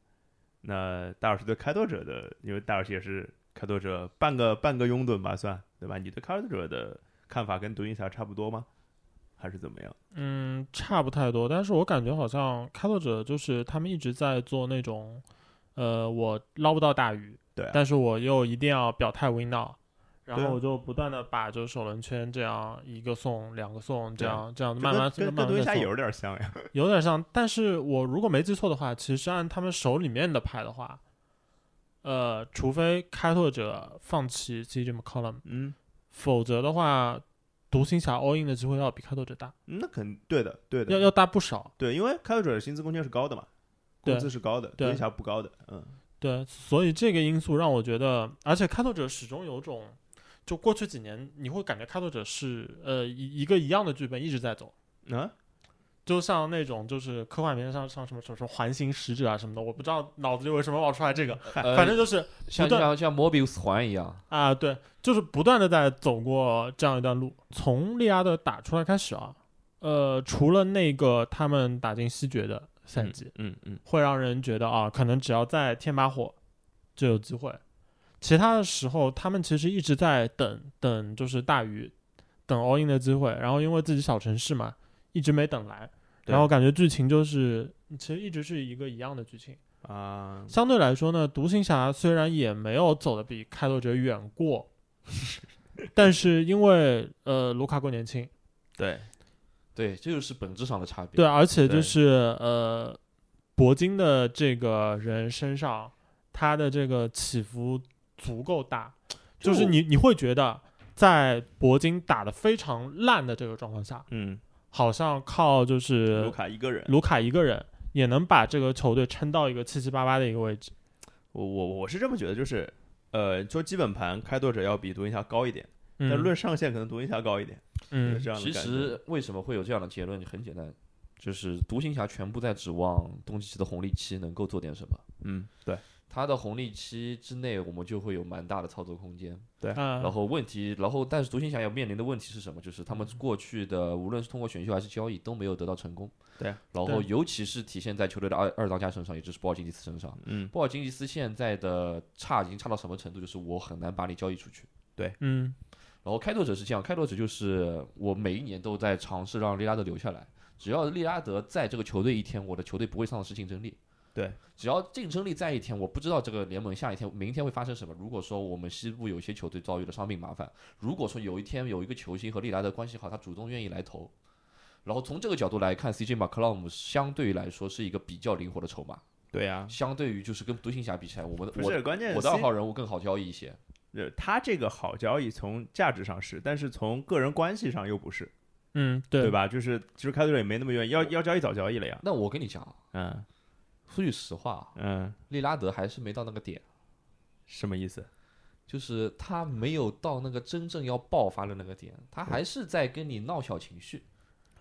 Speaker 1: 那大老师对开拓者的，因为大老师也是开拓者半个半个拥趸吧，算对吧？你对开拓者的看法跟独行侠差不多吗？还是怎么样？
Speaker 3: 嗯，差不太多，但是我感觉好像开拓者就是他们一直在做那种，呃，我捞不到大鱼，
Speaker 1: 对啊
Speaker 3: 但是我又一定要表态为 n 然
Speaker 1: 对啊
Speaker 3: 后我就不断的把这首轮圈这样一个送两个送这
Speaker 1: 对啊
Speaker 3: 样这样
Speaker 1: 就
Speaker 3: 慢慢
Speaker 1: 跟跟
Speaker 3: 慢
Speaker 1: 跟蹲
Speaker 3: 慢
Speaker 1: 下
Speaker 3: 再
Speaker 1: 也
Speaker 3: 送
Speaker 1: 有点像呀。
Speaker 3: 有点像，但是我如果没记错的话，其实按他们手里面的牌的话，呃，除非开拓者放弃 CJ McCollum，
Speaker 1: 嗯，
Speaker 3: 否则的话，独行侠 all in 的机会要比开拓者大，
Speaker 1: 嗯那肯对的，对
Speaker 3: 要
Speaker 1: 的，
Speaker 3: 要大不少。
Speaker 1: 对，因为开拓者的薪资空间是高的嘛，
Speaker 3: 对
Speaker 1: 工资是高的，
Speaker 3: 对
Speaker 1: 蹲下不高的，嗯，
Speaker 3: 对，所以这个因素让我觉得，而且开拓者始终有种，就过去几年你会感觉开拓者是呃一一个一样的剧本一直在走，
Speaker 1: 啊，
Speaker 3: 就像那种就是科幻片上上什么什么什么环形使者啊什么的，我不知道脑子里为什么冒出来这个，
Speaker 2: 呃
Speaker 3: 反正就是
Speaker 2: 像
Speaker 3: 不断
Speaker 2: 像像 Mobius 环一样，
Speaker 3: 啊、对，就是不断的在走过这样一段路，从利亚的打出来开始啊，呃，除了那个他们打进西决的赛季，
Speaker 1: 嗯嗯，
Speaker 3: 会让人觉得啊，可能只要再添把火就有机会。其他的时候，他们其实一直在等等，就是大鱼等 all in 的机会，然后因为自己小城市嘛，一直没等来。
Speaker 1: 对
Speaker 3: 然后感觉剧情就是，其实一直是一个一样的剧情。
Speaker 1: 啊，
Speaker 3: 相对来说呢，独行侠虽然也没有走得比开拓者远过，但是因为呃卢卡够年轻，
Speaker 1: 对，
Speaker 2: 对，这就是本质上的差别。
Speaker 3: 对，而且
Speaker 1: 对
Speaker 3: 就是呃，铂金的这个人身上，他的这个起伏足够大，就是
Speaker 1: 就
Speaker 3: 你你会觉得，在铂金打得非常烂的这个状况下，
Speaker 1: 嗯，
Speaker 3: 好像靠就
Speaker 1: 卢
Speaker 3: 是
Speaker 1: 卡一个人，
Speaker 3: 呃卢卡一个人也能把这个球队撑到一个七七八八的一个位置。
Speaker 1: 我我我是这么觉得，就是呃，说基本盘开拓者要比独行侠高一点，
Speaker 3: 嗯，
Speaker 1: 但论上限可能独行侠高一点，就是
Speaker 3: 嗯
Speaker 1: 这样的
Speaker 2: 其
Speaker 1: 感觉。
Speaker 2: 实为什么会有这样的结论？很简单，就是独行侠全部在指望东契奇的红利期能够做点什么。
Speaker 1: 嗯，对，
Speaker 2: 他的红利期之内，我们就会有蛮大的操作空间。
Speaker 3: 啊，
Speaker 1: 嗯
Speaker 2: 然后问题，然后但是独行侠要面临的问题是什么？就是他们过去的无论是通过选秀还是交易都没有得到成功。
Speaker 1: 对啊
Speaker 2: 然后
Speaker 3: 对
Speaker 2: 尤其是体现在球队的二二当家身上，也就是波尔津吉斯身上。
Speaker 1: 嗯，
Speaker 2: 波尔津吉斯现在的差已经差到什么程度？就是我很难把你交易出去。
Speaker 3: 嗯
Speaker 2: 然后开拓者是这样，开拓者就是我每一年都在尝试让利拉德留下来，只要利拉德在这个球队一天，我的球队不会丧失竞争力。
Speaker 1: 对，
Speaker 2: 只要竞争力在一天，我不知道这个联盟下一天明天会发生什么。如果说我们西部有一些球队遭遇了伤病麻烦，如果说有一天有一个球星和利拉德关系好，他主动愿意来投，然后从这个角度来看，CJ 马克拉姆相对来说是一个比较灵活的筹码，
Speaker 1: 对呀、
Speaker 2: 相对于就是跟独行侠比起来，我们的
Speaker 1: 不
Speaker 2: 我
Speaker 1: 是关键，
Speaker 2: 我的二号人物更好交易一些。
Speaker 1: 呃，他这个好交易从价值上是，但是从个人关系上又不是，
Speaker 3: 嗯，对
Speaker 1: 对？吧？就是其实开拓者也没那么愿意，要要交易早交易了呀。
Speaker 2: 那我跟你讲啊，
Speaker 1: 嗯
Speaker 2: 说句实话啊，
Speaker 1: 嗯，
Speaker 2: 利拉德还是没到那个点，
Speaker 1: 什么意思？
Speaker 2: 就是他没有到那个真正要爆发的那个点，他还是在跟你闹小情绪。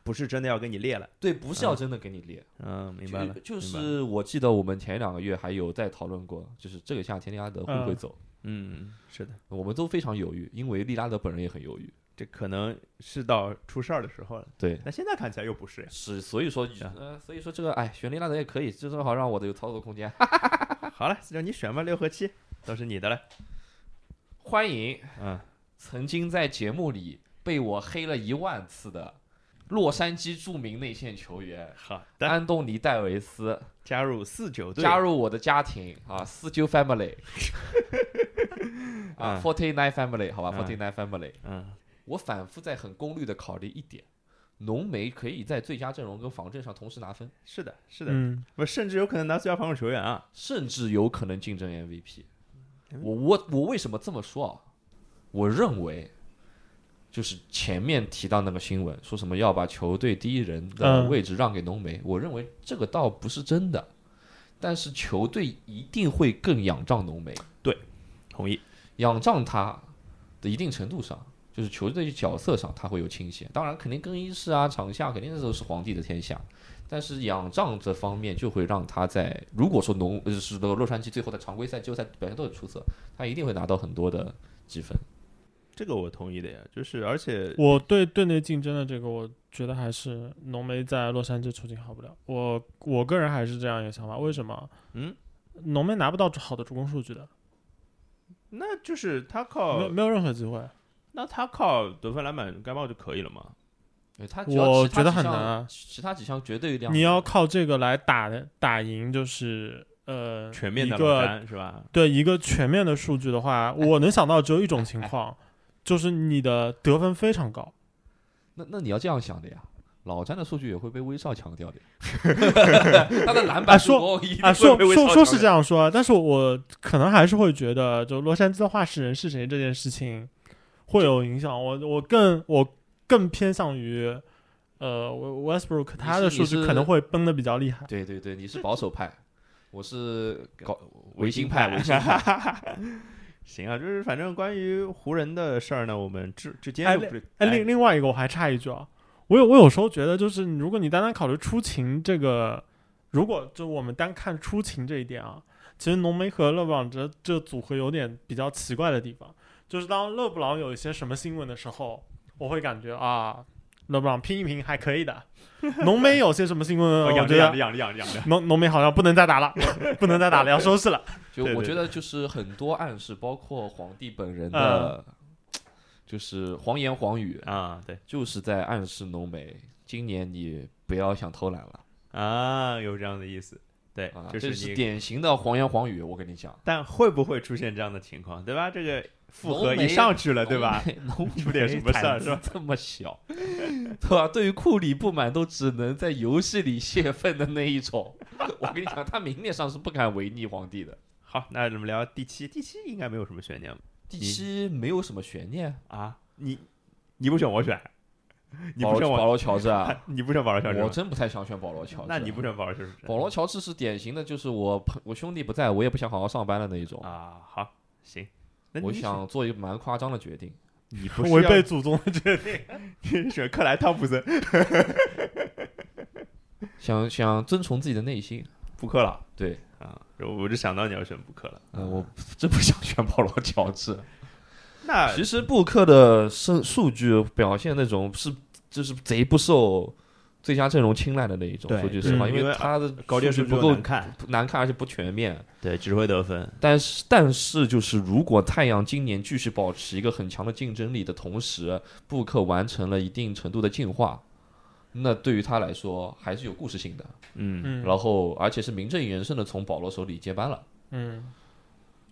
Speaker 1: 不是真的要跟你裂了？
Speaker 2: 对，不是要真的给你裂。
Speaker 1: 嗯，明
Speaker 2: 就
Speaker 1: 白了，
Speaker 2: 就
Speaker 1: 明白了
Speaker 2: 是我记得我们前两个月还有在讨论过，就是这个夏天利拉德会不会
Speaker 3: 嗯
Speaker 2: 走，
Speaker 1: 嗯，是的，
Speaker 2: 我们都非常犹豫，因为利拉德本人也很犹豫。
Speaker 1: 这可能是到出事儿的时候了。
Speaker 2: 对，
Speaker 1: 但现在看起来又不是呀。
Speaker 2: 是所以说，
Speaker 1: 啊
Speaker 2: 呃，所以说这个哎，选利拉德也可以，这正好让我的有操作空间。
Speaker 1: 啊好了，四九你选吧，六和七都是你的了。
Speaker 2: 欢迎
Speaker 1: 嗯，
Speaker 2: 曾经在节目里被我黑了一万次的洛杉矶著名内线球员
Speaker 1: 好的，
Speaker 2: 安东尼戴维斯。
Speaker 1: 加入四九队，
Speaker 2: 加入我的家庭啊，四 九 family，啊
Speaker 1: 嗯
Speaker 2: ，forty nine family，好吧
Speaker 1: 嗯
Speaker 2: ，forty nine family。
Speaker 1: 嗯，
Speaker 2: 我反复在很功利的考虑一点，浓眉可以在最佳阵容跟防阵上同时拿分，
Speaker 1: 是的，是的，
Speaker 3: 嗯，
Speaker 1: 不，甚至有可能拿最佳防守球员啊。
Speaker 2: 甚至有可能竞争 MVP。我我我为什么这么说啊？我认为，就是前面提到那个新闻，说什么要把球队第一人的
Speaker 3: 嗯
Speaker 2: 位置让给浓眉，我认为这个倒不是真的，但是球队一定会更仰仗浓眉。
Speaker 1: 同意。
Speaker 2: 仰仗他的一定程度上，就是球队角色上他会有倾斜。当然，肯定更衣室啊、场下肯定都是皇帝的天下，但是仰仗这方面就会让他在如果说农呃是的洛杉矶最后在常规赛、季后赛表现都很出色，他一定会拿到很多的积分。
Speaker 1: 这个我同意的呀，就是而且
Speaker 3: 我对队内竞争的这个，我觉得还是浓眉在洛杉矶处境好不了。我我个人还是这样一个想法，为什么？
Speaker 1: 嗯，
Speaker 3: 浓眉拿不到好的助攻数据的，
Speaker 1: 那就是他
Speaker 3: 没
Speaker 1: 靠
Speaker 3: 有没有任何机会。
Speaker 1: 那他靠得分、篮板、盖帽就可以了嘛？
Speaker 2: 因为他只要
Speaker 3: 我
Speaker 2: 其
Speaker 3: 觉
Speaker 2: 他
Speaker 3: 得
Speaker 2: 几
Speaker 3: 很
Speaker 2: 项
Speaker 3: 难啊
Speaker 2: 其他几项绝对量
Speaker 3: 你要靠这个来打打赢，就是呃
Speaker 1: 全面
Speaker 3: 一
Speaker 1: 的
Speaker 3: 个
Speaker 1: 篮是吧？
Speaker 3: 对一个全面的数据的话，我能想到只有一种情况，就是你的得分非常高。
Speaker 2: 那那你要这样想的呀，老詹的数据也会被威少强 调的，他的篮板
Speaker 3: 啊说
Speaker 2: 助攻一定
Speaker 3: 啊，
Speaker 2: 会
Speaker 3: 说
Speaker 2: 被威
Speaker 3: 说
Speaker 2: 少
Speaker 3: 说是这
Speaker 2: 样，
Speaker 3: 样说，但是我可能还是会觉得，就洛杉矶的话事人是谁这件事情会有影响。我我更我更偏向于，呃我，Westbrook 他的
Speaker 2: 你是
Speaker 3: 数
Speaker 2: 你
Speaker 3: 据
Speaker 2: 是
Speaker 3: 可能会崩的比较厉害。
Speaker 2: 对对对，你是保守派，我是搞维新派，维新派，
Speaker 1: 行啊，就是反正关于湖人的事儿呢，我们之之间
Speaker 3: 哎
Speaker 1: 就
Speaker 3: 另
Speaker 1: 不
Speaker 3: 哎，另另外一个我还插一句啊，我有我有时候觉得，就是如果你单单考虑出勤这个，如果就我们单看出勤这一点啊，其实浓眉和勒布朗这这组合有点比较奇怪的地方，就是当勒布朗有一些什么新闻的时候，我会感觉啊，勒布朗拼一拼还可以 的，浓眉有些什么新闻，
Speaker 1: 哦
Speaker 3: 我
Speaker 1: 养着
Speaker 3: 觉
Speaker 1: 养着
Speaker 3: 得。
Speaker 1: 养着养着 养着，
Speaker 3: 浓浓眉好像不能再打了，不能再打了，要收拾 了。
Speaker 2: 就
Speaker 1: 对
Speaker 2: 我
Speaker 1: 对
Speaker 2: 觉得就是很多暗示，包括皇帝本人的，
Speaker 1: 嗯
Speaker 2: 就是黄言黄语，
Speaker 1: 啊，对
Speaker 2: 就是在暗示浓眉，今年你不要想偷懒了
Speaker 1: 啊，有这样的意思，对，
Speaker 2: 啊，
Speaker 1: 就
Speaker 2: 这
Speaker 1: 是
Speaker 2: 是
Speaker 1: 你
Speaker 2: 典型的黄言黄语，我跟你讲，
Speaker 1: 但会不会出现这样的情况，对吧？这个复合
Speaker 2: 浓眉
Speaker 1: 一上去了，对吧？
Speaker 2: 浓眉？浓
Speaker 1: 出点什么事儿
Speaker 2: 胆
Speaker 1: 是吧
Speaker 2: 子这么小，对吧？对于库里不满都只能在游戏里泄愤的那一种， 我跟你讲，他明面上是不敢违逆皇帝的。
Speaker 1: 好，那我们聊第七，第七应该没有什么悬念吧
Speaker 2: 第七没有什么悬念，
Speaker 1: 啊？你你不选我选，你
Speaker 2: 保
Speaker 1: 不选
Speaker 2: 罗保
Speaker 1: 我，
Speaker 2: 罗乔治啊，
Speaker 1: 你不选保罗乔治
Speaker 2: 我
Speaker 1: 吗，
Speaker 2: 真不太想选保罗乔治。
Speaker 1: 那你不选保罗乔治
Speaker 2: 保罗乔治是典型的，就是我朋我兄弟不在，我也不想好好上班的那一种。
Speaker 1: 啊？好，行，那你
Speaker 2: 我
Speaker 1: 选
Speaker 2: 想做一个蛮夸张的决定，
Speaker 1: 你不是
Speaker 3: 违
Speaker 1: 要
Speaker 3: 背祖宗的决定，
Speaker 1: 你选克莱汤普 森，啊
Speaker 2: 想想遵从自己的内心。
Speaker 1: 布克了
Speaker 2: 对，
Speaker 1: 啊？我就想到你要选布克了，
Speaker 2: 呃，我真不想选保罗 乔治。
Speaker 1: 那
Speaker 2: 其实布克的数数据表现那种是就是贼不受最佳阵容青睐的那一种，
Speaker 1: 对
Speaker 2: 说句实话，
Speaker 1: 嗯
Speaker 2: 因
Speaker 1: 因为
Speaker 2: 他的
Speaker 1: 高阶数
Speaker 2: 数据
Speaker 1: 据
Speaker 2: 不够
Speaker 1: 难看，
Speaker 2: 难看，而且不全面。
Speaker 1: 对，只会得分，
Speaker 2: 但是但是就是如果太阳今年继续保持一个很强的竞争力的同时，布克完成了一定程度的进化。那对于他来说还是有故事性的，
Speaker 1: 嗯，
Speaker 3: 嗯
Speaker 2: 然后而且是名正言顺的从保罗手里接班了。
Speaker 3: 嗯，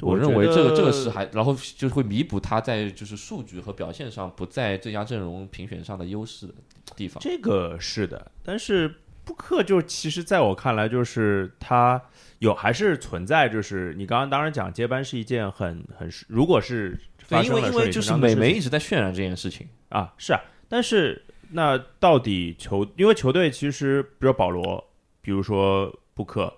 Speaker 2: 我认为
Speaker 1: 觉
Speaker 2: 这个这个
Speaker 1: 得
Speaker 2: 是还，然后就会弥补他在就是数据和表现上不在最佳阵容评选上的优势的地方。
Speaker 1: 这个是的，但是布克就其实在我看来，就是他有还是存在，就是你刚刚当然讲接班是一件很很，如果是发
Speaker 2: 对，因
Speaker 1: 生
Speaker 2: 为
Speaker 1: 了
Speaker 2: 因
Speaker 1: 顺
Speaker 2: 为
Speaker 1: 理成
Speaker 2: 就是
Speaker 1: 章的
Speaker 2: 美
Speaker 1: 事情
Speaker 2: 媒一直在渲染这件事情，
Speaker 1: 啊，是啊，但是那到底球，因为球队其实比如保罗，比如说布克。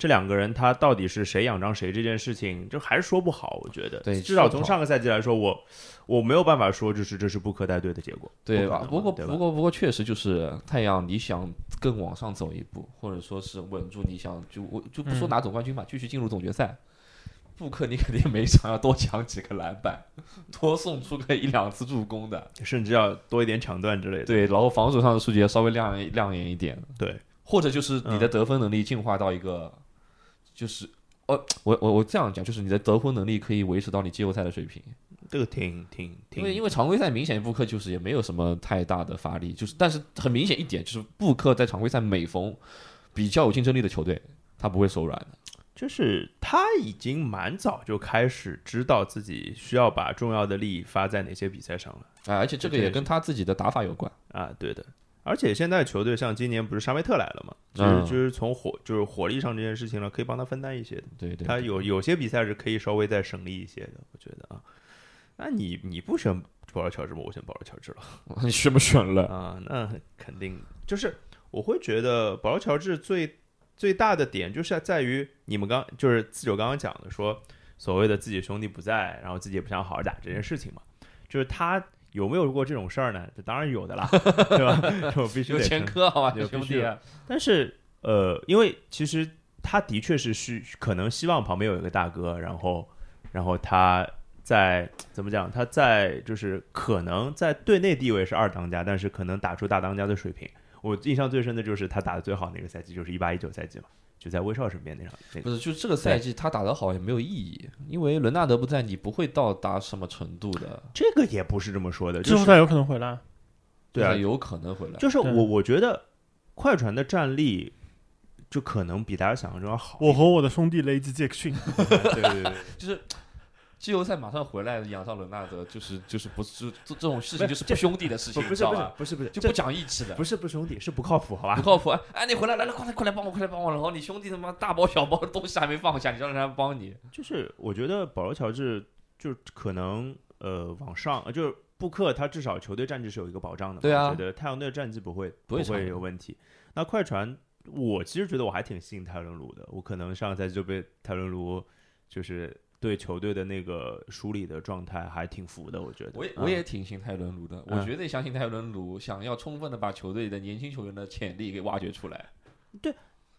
Speaker 1: 这两个人他到底是谁仰仗谁这件事情，就还是说不好。我觉得，
Speaker 2: 对
Speaker 1: 至少
Speaker 2: 说不
Speaker 1: 从
Speaker 2: 好
Speaker 1: 上个赛季来说，我我没有办法说就是这是布克带队的结果。
Speaker 2: 对
Speaker 1: 不可
Speaker 2: 吧？
Speaker 1: 能
Speaker 2: 不过
Speaker 1: 对吧
Speaker 2: 不过不过，确实就是太阳，你想更往上走一步，或者说是稳住，你想就我就不说
Speaker 3: 嗯
Speaker 2: 拿总冠军吧，继续进入总决赛。布克，你肯定每场要多抢几个篮板， 多送出个一两次助攻的。
Speaker 1: 甚至要多一点抢断之类的。
Speaker 2: 对，然后防守上的数据也稍微亮眼亮眼一点。
Speaker 1: 对，
Speaker 2: 或者就是你的得分能力进化到一个，
Speaker 1: 嗯
Speaker 2: 就是呃，我我我这样讲，就是你的得分能力可以维持到你季后赛的水平，
Speaker 1: 这个挺挺挺，
Speaker 2: 因为因为常规赛明显布克就是也没有什么太大的发力，就是但是很明显一点就是布克在常规赛每逢比较有竞争力的球队，他不会手软的。
Speaker 1: 就是他已经蛮早就开始知道自己需要把重要的利益发在哪些比赛上了
Speaker 2: 啊，而且这个也跟他自己的打法有关。
Speaker 1: 啊，对的。而且现在球队像今年不是沙梅特来了嘛，就是、
Speaker 2: 嗯
Speaker 1: 就是从火就是火力上这件事情呢，可以帮他分担一些的。
Speaker 2: 对对，
Speaker 1: 他有有些比赛是可以稍微再省力一些的，我觉得啊。那你你不选保罗乔治吗？我选保罗乔治了。
Speaker 2: 你选不选了？
Speaker 1: 啊，那肯定就是我会觉得保罗乔治最最大的点就是在于你们刚就是自九刚刚讲的说所谓的自己兄弟不在，然后自己也不想好好打这件事情嘛，就是他有没有过这种事儿呢？这当然有的啦， 对吧？这我必须
Speaker 2: 有
Speaker 1: 得
Speaker 2: 前
Speaker 1: 承
Speaker 2: 科好吧，
Speaker 1: 有
Speaker 2: 兄
Speaker 1: 必
Speaker 2: 弟啊
Speaker 1: 须。但是呃，因为其实他的确是需可能希望旁边有一个大哥，然后然后他在怎么讲？他在就是可能在队内地位是二当家，但是可能打出大当家的水平。我印象最深的就是他打的最好那个赛季，就是一八一九赛季嘛，就在威少身边那场。那
Speaker 2: 不
Speaker 1: 个、
Speaker 2: 是，就这个赛季他打得好也没有意义，因为伦纳德不在，你不会到达什么程度的。
Speaker 1: 这个也不是这么说的，
Speaker 3: 之
Speaker 1: 就
Speaker 3: 后
Speaker 1: 是
Speaker 3: 他有可能回来。
Speaker 1: 对
Speaker 2: 就
Speaker 1: 啊
Speaker 2: 是有可能回来。
Speaker 1: 就是
Speaker 3: 对
Speaker 1: 我我觉得快船的战力就可能比大家想象中要好一
Speaker 3: 我
Speaker 1: 点。
Speaker 3: 和我的兄弟雷吉杰克逊，
Speaker 1: 对对对对，
Speaker 2: 就是季后赛马上回来，养上伦纳德就是就是不是这这种事情就是不
Speaker 1: 这
Speaker 2: 兄弟的 事
Speaker 1: 不不
Speaker 2: 情，你
Speaker 1: 是
Speaker 2: 知道
Speaker 1: 不是
Speaker 2: 吧？
Speaker 1: 不是不是
Speaker 2: 就
Speaker 1: 这
Speaker 2: 不讲义气的，
Speaker 1: 不是不是兄弟，是不靠谱，好
Speaker 2: 不
Speaker 1: 吧？
Speaker 2: 靠谱。哎哎，你回来来了，快来快来帮我，快来帮我！然后你兄弟他妈大包小包的东西还没放下，你让人家帮你，
Speaker 1: 就是我觉得保罗乔治就可能呃往上，呃就是布克他至少球队战绩是有一个保障的嘛。
Speaker 2: 对啊
Speaker 1: 我觉得太阳队的战绩不会
Speaker 2: 不会差
Speaker 1: 会有问题。那快船，我其实觉得我还挺信泰伦卢的，我可能上个赛季就被泰伦卢就是对球队的那个梳理的状态还挺服的，我觉得。
Speaker 2: 我也
Speaker 1: 嗯
Speaker 2: 我也挺信泰伦卢的，
Speaker 1: 嗯
Speaker 2: 我绝对相信泰伦卢想要充分的把球队的年轻球员的潜力给挖掘出来，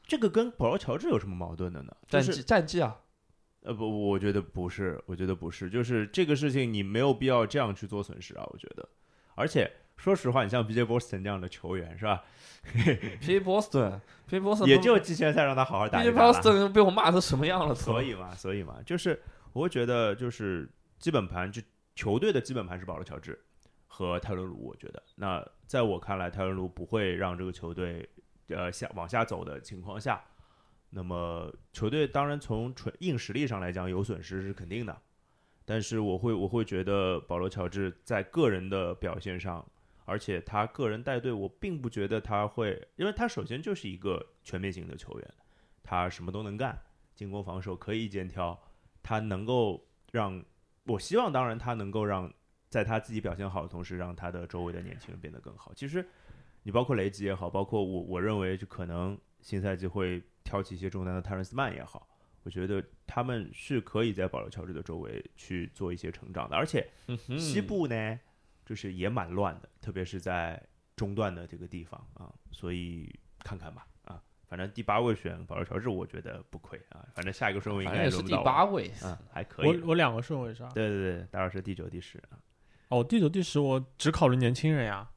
Speaker 1: 这个跟保罗乔治有什么矛盾的呢？就
Speaker 2: 战
Speaker 1: 是
Speaker 2: 绩战绩啊，
Speaker 1: 呃不，我觉得不是，我觉得不是，就是这个事情你没有必要这样去做损失啊，我觉得。而且说实话，你像 B.J. Boston 这样的球员是吧，
Speaker 2: P. Boston，P. Boston
Speaker 1: 也就季前赛让他好好打
Speaker 2: P.
Speaker 1: 一打了
Speaker 2: Boston 被我骂成什么样 了？
Speaker 1: 所以嘛，所以嘛，就是我会觉得就是基本盘，就球队的基本盘是保罗乔治和泰伦卢，我觉得。那在我看来，泰伦卢不会让这个球队呃下往下走的情况下，那么球队当然从纯硬实力上来讲有损失是肯定的，但是我会我会觉得保罗乔治在个人的表现上。而且他个人带队，我并不觉得他会，因为他首先就是一个全面型的球员，他什么都能干，进攻防守可以一肩挑，他能够让我希望，当然他能够让在他自己表现好的同时，让他的周围的年轻人变得更好。其实你包括雷吉也好，包括我我认为就可能新赛季会挑起一些重担的泰伦斯曼也好，我觉得他们是可以在保罗乔治的周围去做一些成长的，而且
Speaker 2: 嗯
Speaker 1: 西部呢，就是也蛮乱的，特别是在中段的这个地方啊，所以看看吧啊，反正第八位选保罗乔治，我觉得不亏啊，反正下一个顺位应
Speaker 2: 反
Speaker 1: 该
Speaker 2: 正也
Speaker 1: 轮不
Speaker 2: 是第
Speaker 1: 到我
Speaker 2: 八位，啊
Speaker 1: 嗯，还可以
Speaker 3: 我。我两个顺位是吧？
Speaker 1: 对对对，大老师第九、第十，
Speaker 3: 哦，第九、第十我只考虑年轻人呀。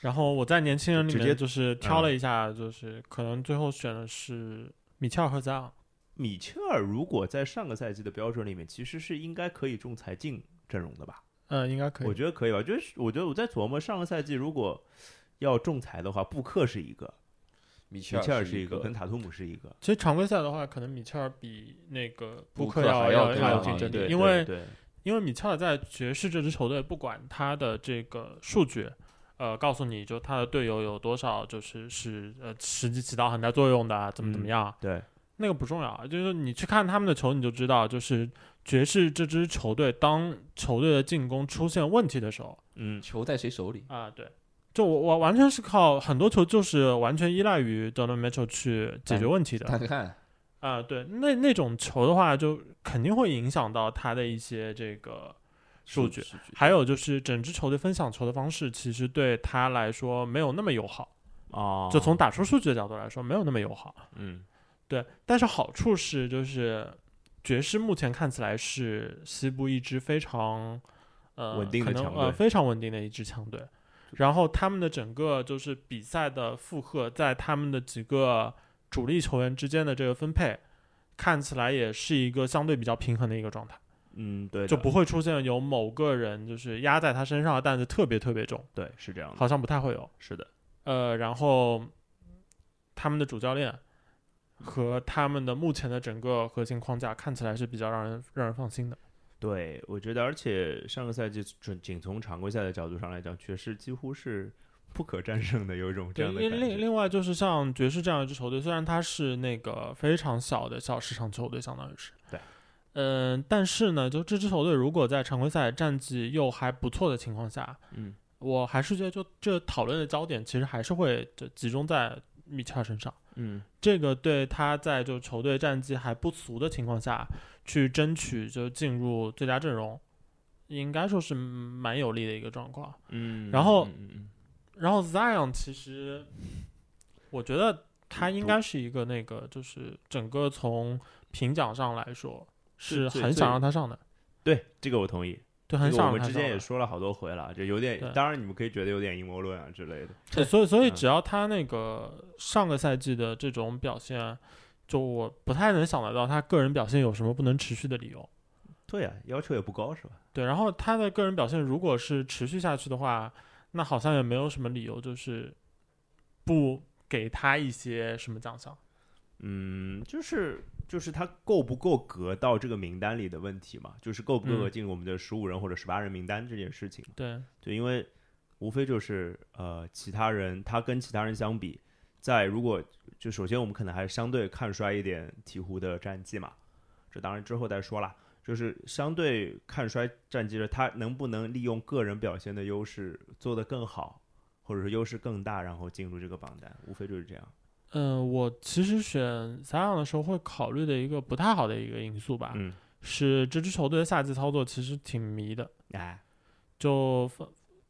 Speaker 3: 然后我在年轻人里
Speaker 1: 直接
Speaker 3: 面就是挑了一下，就是可能最后选的是米切尔和啊扎昂。
Speaker 1: 米切尔如果在上个赛季的标准里面，其实是应该可以中裁进阵容的吧？
Speaker 3: 嗯，应该可
Speaker 1: 我
Speaker 3: 以。
Speaker 1: 觉得可以吧？就是我觉得我在琢磨，上个赛季如果要仲裁的话，布克是一个，
Speaker 2: 米切
Speaker 1: 米切尔
Speaker 2: 是
Speaker 1: 是一个，跟
Speaker 2: 个，
Speaker 1: 塔图姆是一个，
Speaker 3: 其实常规赛的话，可能米切尔比那个布
Speaker 2: 布克
Speaker 3: 要
Speaker 2: 还要
Speaker 3: 哦
Speaker 1: 哦
Speaker 3: 要
Speaker 2: 更
Speaker 3: 要有
Speaker 2: 好
Speaker 3: 竞
Speaker 2: 一
Speaker 3: 争力，
Speaker 1: 啊对
Speaker 3: 因为
Speaker 1: 对
Speaker 3: 因为米切尔在爵士这支球队，不管他的这个数据，呃，告诉你就他的队友有多少，就是是呃实际起到很大作用的啊，怎么怎么样啊，
Speaker 1: 对，
Speaker 3: 那个不重要啊，就是你去看他们的球，你就知道，就是爵士这支球队，当球队的进攻出现问题的时候
Speaker 1: 嗯，
Speaker 2: 球在谁手里？
Speaker 3: 啊，对，就我我完全是靠很多球就是完全依赖于 Donovan Mitchell 去解决问题的
Speaker 2: 看看
Speaker 3: 啊，对，那那种球的话，就肯定会影响到他的一些这个数据。
Speaker 2: 数据
Speaker 3: 还有就是整支球队分享球的方式，其实对他来说没有那么友好。
Speaker 1: 哦，
Speaker 3: 就从打出数据的角度来说，没有那么友好。
Speaker 1: 嗯
Speaker 3: 对，但是好处是，就是爵士目前看起来是西部一支非常呃
Speaker 1: 稳定的
Speaker 3: 可能
Speaker 1: 强队
Speaker 3: 呃非常稳定的一支强队。然后他们的整个就是比赛的负荷，在他们的几个主力球员之间的这个分配，看起来也是一个相对比较平衡的一个状态，
Speaker 1: 嗯，对的，
Speaker 3: 就不会出现有某个人就是压在他身上的担子特别特别重，
Speaker 1: 对，是这样的，
Speaker 3: 好像不太会有。
Speaker 1: 是的，
Speaker 3: 呃，然后他们的主教练和他们的目前的整个核心框架看起来是比较让人让人放心的。
Speaker 1: 对，我觉得，而且上个赛季准仅从常规赛的角度上来讲，爵士几乎是不可战胜的，有一种这样的
Speaker 3: 另
Speaker 1: 感
Speaker 3: 另
Speaker 1: 觉。
Speaker 3: 另外就是像爵士这样一支球队，虽然它是那个非常小的小市场球队，相当于是
Speaker 1: 对。
Speaker 3: 嗯、但是呢，就这支球队如果在常规赛战绩又还不错的情况下，
Speaker 1: 嗯，
Speaker 3: 我还是觉得就这讨论的焦点其实还是会就集中在米切尔身上。
Speaker 1: 嗯，
Speaker 3: 这个对他在就球队战绩还不俗的情况下去争取就进入最佳阵容，应该说是蛮有利的一个状况。
Speaker 1: 嗯，
Speaker 3: 然后
Speaker 1: 嗯嗯嗯
Speaker 3: 然后 Zion 其实，我觉得他应该是一个那个就是整个从评奖上来说是
Speaker 1: 最最
Speaker 3: 很想让他上的，
Speaker 1: 对这个我同意，
Speaker 3: 对，
Speaker 1: 这
Speaker 3: 很
Speaker 1: 个
Speaker 3: 想
Speaker 1: 我
Speaker 3: 让
Speaker 1: 们
Speaker 3: 他
Speaker 1: 之
Speaker 3: 上
Speaker 1: 前
Speaker 3: 的
Speaker 1: 也。说了好多回了，就有点
Speaker 3: 对，
Speaker 1: 当然你们可以觉得有点阴谋论啊之类的。
Speaker 3: 对，所以所以
Speaker 1: 嗯
Speaker 3: 只要他那个上个赛季的这种表现，就我不太能想得到他个人表现有什么不能持续的理由。
Speaker 1: 对啊，要求也不高是吧？
Speaker 3: 对，然后他的个人表现如果是持续下去的话，那好像也没有什么理由就是不给他一些什么奖项。
Speaker 1: 嗯，就是就是他够不够格到这个名单里的问题嘛，就是够不够格
Speaker 3: 嗯
Speaker 1: 进我们的十五人或者十八人名单这件事情嘛。
Speaker 3: 对，
Speaker 1: 对，因为无非就是呃，其他人他跟其他人相比，在如果就首先我们可能还相对看衰一点鹈鹕的战绩嘛，这当然之后再说啦。就是相对看衰战绩的，他能不能利用个人表现的优势做得更好，或者是优势更大，然后进入这个榜单，无非就是这样。
Speaker 3: 嗯，我其实选撒朗的时候会考虑的一个不太好的一个因素吧，
Speaker 1: 嗯，
Speaker 3: 是这支球队的夏季操作其实挺迷的，
Speaker 1: 哎，
Speaker 3: 就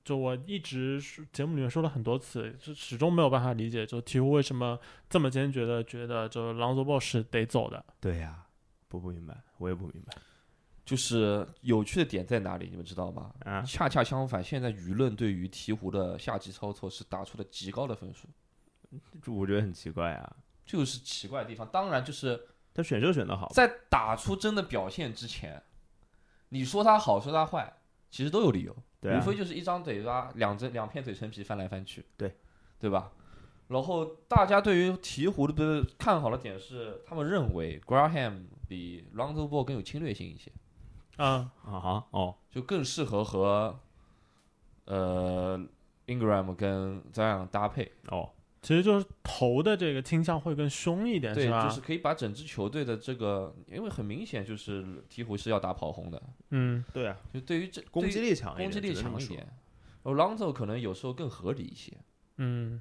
Speaker 3: 就我一直说节目里面说了很多次，就始终没有办法理解，就鹈鹕为什么这么坚决的觉得就 Lonzo Ball 是得走的。
Speaker 1: 对呀、不不明白，我也不明白
Speaker 2: 就是有趣的点在哪里，你们知道吗？
Speaker 1: 啊。
Speaker 2: 恰恰相反，现在舆论对于鹈鹕的夏季操作是打出了极高的分数，
Speaker 1: 这我觉得很奇怪啊，
Speaker 2: 就是奇怪的地方。当然，就是
Speaker 1: 他选秀选的好，
Speaker 2: 在打出真的表现之前，你说他好，说他坏，其实都有理由，
Speaker 1: 对啊
Speaker 2: 无，非就是一张嘴巴，两只两片嘴唇皮翻来翻去，
Speaker 1: 对
Speaker 2: 对吧？然后大家对于鹈鹕的不是看好的点是，他们认为 Graham 比 Rondo Ball 更有侵略性一些，
Speaker 3: 啊，
Speaker 1: 啊哈，哦，
Speaker 2: 就更适合和呃 Ingram 跟 Zion 搭配。
Speaker 1: 哦，
Speaker 3: 其实就是投的这个倾向会更凶一点，
Speaker 2: 对，
Speaker 3: 吧？
Speaker 2: 就是可以把整支球队的这个，因为很明显就是鹈鹕是要打跑轰的，
Speaker 3: 嗯，
Speaker 1: 对啊，
Speaker 2: 就对于这
Speaker 1: 攻
Speaker 2: 对于
Speaker 1: 击力强一点，
Speaker 2: 攻击力
Speaker 1: 只能这么
Speaker 2: 强一
Speaker 1: 说
Speaker 2: 点。然后 Lonzo 可能有时候更合理一些，
Speaker 3: 嗯，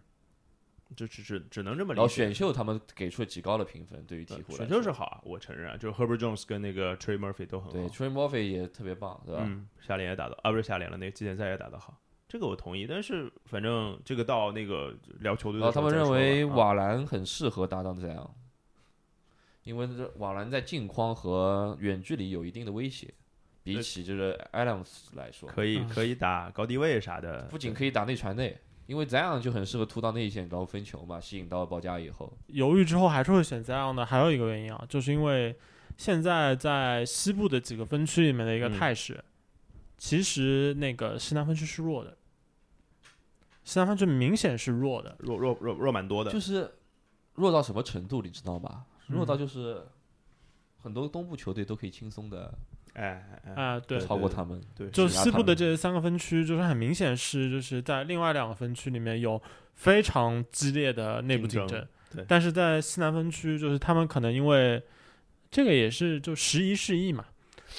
Speaker 1: 就只只只能这么
Speaker 2: 然
Speaker 1: 理
Speaker 2: 后
Speaker 1: 解。
Speaker 2: 选秀他们给出了极高的评分，对于鹈
Speaker 1: 呃
Speaker 2: 鹕来
Speaker 1: 选
Speaker 2: 说
Speaker 1: 秀是好啊，我承认啊，就是 Herbert Jones 跟那个 Trey Murphy 都很好。
Speaker 2: 对 Trey Murphy 也特别棒，对吧？
Speaker 1: 嗯，下联也打得啊，不是下联了，那个季前赛也打得好，这个我同意。但是反正这个到那个聊球队
Speaker 2: 然
Speaker 1: 的
Speaker 2: 后
Speaker 1: 时
Speaker 2: 他
Speaker 1: 候
Speaker 2: 们
Speaker 1: 再
Speaker 2: 认
Speaker 1: 说吧
Speaker 2: 为
Speaker 1: 啊
Speaker 2: 瓦兰很适合搭档这样，因为这瓦兰在近框和远距离有一定的威胁，比
Speaker 1: 对
Speaker 2: 起就是 Adams 来说，
Speaker 1: 可以
Speaker 3: 嗯
Speaker 1: 可以打高低位啥的，
Speaker 2: 不仅可以打内传内，因为 Zion 就很适合突到内线然后分球嘛，吸引到报价以后，
Speaker 3: 犹豫之后还是会选择这样的。还有一个原因啊，就是因为现在在西部的几个分区里面的一个
Speaker 1: 嗯
Speaker 3: 态势，其实那个西南分区是弱的，西南分区明显是弱的。
Speaker 1: 弱弱弱弱蛮多的
Speaker 2: 就。是弱到什么程度，你知道吗？弱到就是很多东部球队都可以轻松的
Speaker 1: 哎哎哎，
Speaker 3: 啊、对，
Speaker 2: 超过他们，
Speaker 1: 对，
Speaker 3: 就是
Speaker 2: 压
Speaker 3: 西
Speaker 2: 他
Speaker 3: 部的
Speaker 2: 们
Speaker 3: 这三个分区，就是很明显是就是在另外两个分区里面有非常激烈的内部
Speaker 1: 竞
Speaker 3: 竞
Speaker 1: 争
Speaker 3: 争，
Speaker 1: 对
Speaker 3: 但是在西南分区，就是他们可能因为这个也是就时移世易嘛，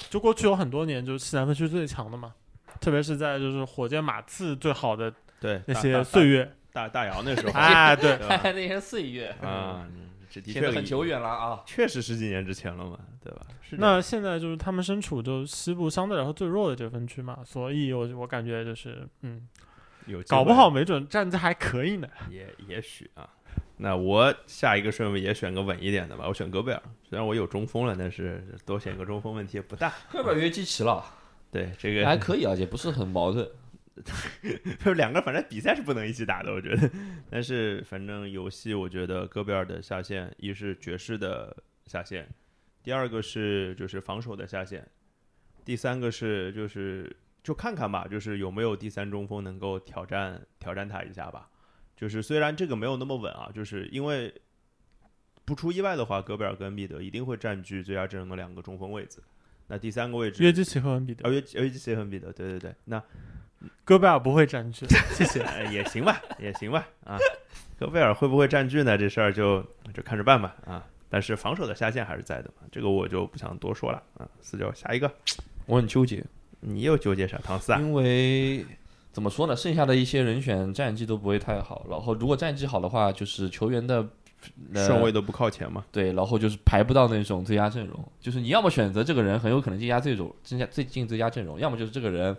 Speaker 3: 就过去有很多年就是西南分区最强的嘛，特别是在就是火箭、马刺最好的
Speaker 1: 对
Speaker 3: 那
Speaker 1: 大
Speaker 3: 些
Speaker 1: 大
Speaker 3: 岁月，
Speaker 1: 大大姚那时候
Speaker 3: 哎，对，
Speaker 1: 对吧
Speaker 2: 那些岁月
Speaker 1: 啊，嗯这的
Speaker 2: 显得
Speaker 1: 确
Speaker 2: 很久远了 啊。
Speaker 1: 确实十几年之前了嘛，对吧？是这样
Speaker 3: 那现在就是他们身处就西部相对来说最弱的这个分区嘛，所以我我感觉就是嗯，
Speaker 1: 有机
Speaker 3: 搞不
Speaker 1: 会
Speaker 3: 好没准战绩还可以呢。
Speaker 1: 也也许啊。那我下一个顺位也选个稳一点的吧，我选戈贝尔。虽然我有中锋了，但是多选个中锋问题也不大。
Speaker 2: 快把约基奇了，
Speaker 1: 对这
Speaker 2: 还
Speaker 1: 个，
Speaker 2: 可以啊，也不是很矛盾。
Speaker 1: 就是两个，反正比赛是不能一起打的，我觉得。但是反正游戏，我觉得戈贝尔的下限，一是爵士的下限，第二个是就是防守的下限，第三个是就是就看看吧，就是有没有第三中锋能够挑战挑战他一下吧。就是虽然这个没有那么稳啊，就是因为不出意外的话，戈贝尔跟米德一定会占据最佳阵容的两个中锋位置。那第三个位置，
Speaker 3: 约基奇和恩比德
Speaker 1: 啊，，约约基奇和米德，对对对，那
Speaker 3: 戈贝尔不会占据，谢谢。
Speaker 1: 呃也行吧，也行吧啊。戈贝尔会不会占据呢？这事儿就就看着办吧啊。但是防守的下限还是在的嘛，这个我就不想多说了啊。四九，下一个，
Speaker 2: 我很纠结，
Speaker 1: 你又纠结啥？唐四啊？
Speaker 2: 因为怎么说呢，剩下的一些人选战绩都不会太好。然后如果战绩好的话，就是球员的呃
Speaker 1: 顺位都不靠前嘛？
Speaker 2: 对，然后就是排不到那种最佳阵容，就是你要么选择这个人很有可能进佳最种进佳最近最佳阵容，要么就是这个人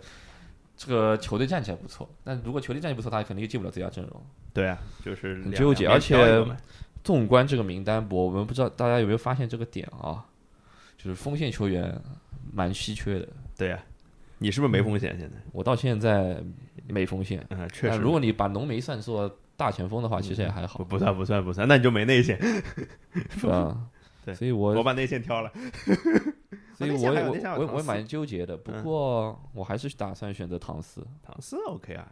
Speaker 2: 这个球队战绩还不错，但如果球队战绩不错，他肯定就进不了最佳阵容。
Speaker 1: 对啊，就是
Speaker 2: 很
Speaker 1: 两
Speaker 2: 纠结
Speaker 1: 两边
Speaker 2: 而且
Speaker 1: 挑一个嘛
Speaker 2: 纵观这个名单，我我们不知道大家有没有发现这个点啊，就是锋线球员蛮稀缺的。
Speaker 1: 对呀、你是不是没风险现在？
Speaker 2: 我到现在没锋线，
Speaker 1: 嗯，确
Speaker 2: 但
Speaker 1: 实，嗯
Speaker 2: 如果你把浓眉算作大前锋的话，其实也还好
Speaker 1: 不，不算不算不算，那你就没内线。
Speaker 2: 是吧？
Speaker 1: 对
Speaker 2: 所以
Speaker 1: 我
Speaker 2: 我
Speaker 1: 把内线挑了。
Speaker 2: 所以
Speaker 1: 内
Speaker 2: 我
Speaker 1: 线还有
Speaker 2: 我
Speaker 1: 内线还有
Speaker 2: 我
Speaker 1: 唐
Speaker 2: 我也
Speaker 1: 斯
Speaker 2: 蛮纠结的，不
Speaker 1: 嗯
Speaker 2: 过我还是打算选择唐斯。
Speaker 1: 唐四 OK 啊，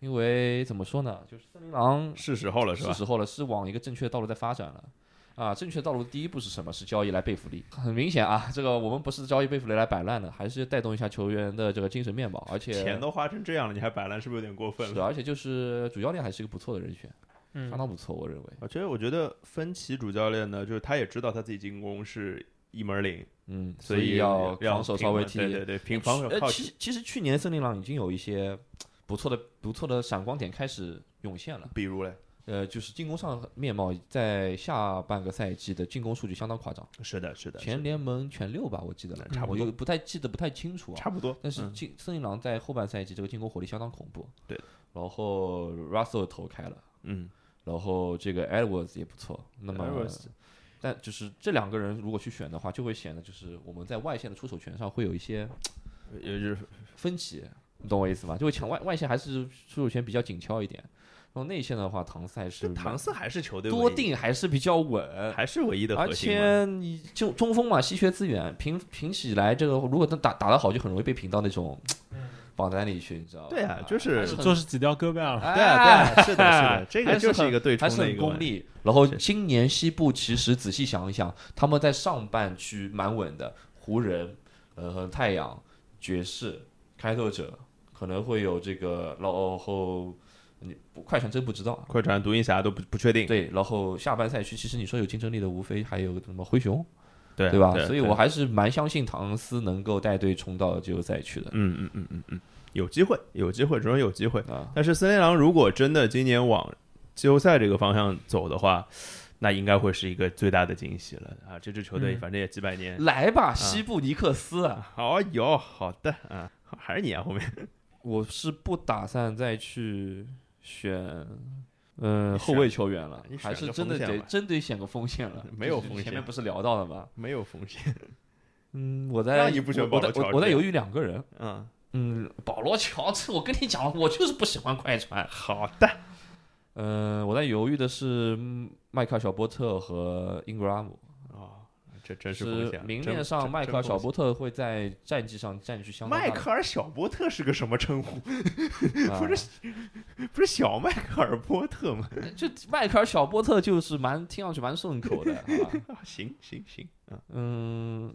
Speaker 2: 因为怎么说呢，就是森林狼
Speaker 1: 是时候了是
Speaker 2: 是
Speaker 1: 吧？
Speaker 2: 时候了，是往一个正确的道路在发展了。啊，正确道路的第一步是什么？是交易来贝弗利。很明显啊，这个我们不是交易贝弗利来摆烂的，还是带动一下球员的这个精神面貌，而且
Speaker 1: 钱都花成这样了，你还摆烂，是不是有点过分
Speaker 2: 是的，啊
Speaker 1: 了？
Speaker 2: 而且就是主教练还是一个不错的人选，
Speaker 3: 嗯
Speaker 2: 相，当不错，我认为。
Speaker 1: 啊，其实我觉得芬奇主教练呢，就是他也知道他自己进攻是一门儿灵，
Speaker 2: 嗯，
Speaker 1: 所
Speaker 2: 以要
Speaker 1: 要
Speaker 2: 防守稍
Speaker 1: 平
Speaker 2: 微
Speaker 1: 衡
Speaker 2: 提。
Speaker 1: 对对对，平防守
Speaker 2: 呃，
Speaker 1: 靠
Speaker 2: 其实其实去年森林狼已经有一些不错的不错的闪光点开始涌现了。
Speaker 1: 比如嘞，
Speaker 2: 呃，就是进攻上面貌，在下半个赛季的进攻数据相当夸张，
Speaker 1: 是的，是的，
Speaker 2: 全联盟全六吧，我记得了，
Speaker 1: 差不多
Speaker 2: 我又不太记得不太清楚啊。
Speaker 1: 差不多。
Speaker 2: 但是
Speaker 1: 嗯
Speaker 2: 进森林狼在后半赛季这个进攻火力相当恐怖。
Speaker 1: 对。
Speaker 2: 然后 Russell 投开了，
Speaker 1: 嗯，
Speaker 2: 然后这个 Edwards 也不错。那么
Speaker 1: Edwards
Speaker 2: 但就是这两个人如果去选的话，就会显得就是我们在外线的出手权上会有一些
Speaker 1: 也就是
Speaker 2: 分歧，你懂我意思吗？就会抢外外线还是出手权比较紧俏一点，然后内线的话，唐赛是
Speaker 1: 这唐斯还是球队
Speaker 2: 多
Speaker 1: 唯一，
Speaker 2: 定还是比较稳，
Speaker 1: 还是唯一的
Speaker 2: 而
Speaker 1: 核心嘛。
Speaker 2: 且你就中锋嘛，稀缺资源，平平起来这个，如果能打打得好，就很容易被评到那种榜单里去，你知道吧？
Speaker 1: 对啊，就
Speaker 2: 还
Speaker 1: 是
Speaker 2: 是很
Speaker 3: 就是挤掉戈贝尔，
Speaker 2: 哎
Speaker 1: 对啊，对啊，是的，是 的，这
Speaker 2: 还
Speaker 1: 个
Speaker 2: 是
Speaker 1: 就是
Speaker 2: 很
Speaker 1: 一个对冲
Speaker 2: 还是
Speaker 1: 的一
Speaker 2: 很
Speaker 1: 个问
Speaker 2: 功
Speaker 1: 题。
Speaker 2: 利。然后
Speaker 1: 是
Speaker 2: 今年西部其实仔细想一想，他们在上半区蛮稳的，湖人、呃和太阳、爵士、开拓者可能会有这个，然后你不快船真不知道啊。
Speaker 1: 快船、独行侠都不不确定，
Speaker 2: 对，然后下半赛区其实你说有竞争力的，无非还有什么灰熊，
Speaker 1: 对
Speaker 2: 对吧？所以我还是蛮相信唐斯能够带队冲到季后赛去的。
Speaker 1: 嗯嗯嗯嗯嗯，有机会，有机会，只能有机会
Speaker 2: 啊。
Speaker 1: 但是森林狼如果真的今年往季后赛这个方向走的话，那应该会是一个最大的惊喜了啊！这支球队
Speaker 3: 嗯
Speaker 1: 反正也几百年，
Speaker 2: 来吧，西部尼克斯啊！
Speaker 1: 好有好的啊，还是你啊，后面
Speaker 2: 我是不打算再去选，嗯、
Speaker 1: 你选
Speaker 2: 后卫球员了
Speaker 1: 你，选
Speaker 2: 还
Speaker 1: 个
Speaker 2: 是真的
Speaker 1: 锋线
Speaker 2: 得
Speaker 1: 吧
Speaker 2: 真得选个锋线了。
Speaker 1: 没有
Speaker 2: 就是
Speaker 1: 锋线
Speaker 2: 前面不是聊到了吗？
Speaker 1: 没有风险，
Speaker 2: 嗯，我在
Speaker 1: 让你不选
Speaker 2: 我我
Speaker 1: 保罗
Speaker 2: 在我
Speaker 1: 乔治
Speaker 2: 我在犹豫两个人。
Speaker 1: 嗯，
Speaker 2: 嗯，保罗乔治，我跟你讲了，我就是不喜欢快船。
Speaker 1: 哎好的，
Speaker 2: 嗯、我在犹豫的是嗯迈克尔小波特和英格拉姆。
Speaker 1: 哦，这真
Speaker 2: 是
Speaker 1: 是风险，
Speaker 2: 明
Speaker 1: 真
Speaker 2: 面上，
Speaker 1: 真
Speaker 2: 迈克
Speaker 1: 真风
Speaker 2: 尔小
Speaker 1: 险
Speaker 2: 波特会在战绩上占据相当大
Speaker 1: 迈
Speaker 2: 的。
Speaker 1: 克尔小波特是个什么称呼？
Speaker 2: 啊
Speaker 1: 不是不是小迈克尔波特吗？
Speaker 2: 就迈克尔小波特就是蛮听上去蛮顺口的，好 吧？
Speaker 1: 啊行行行，嗯，
Speaker 2: 嗯，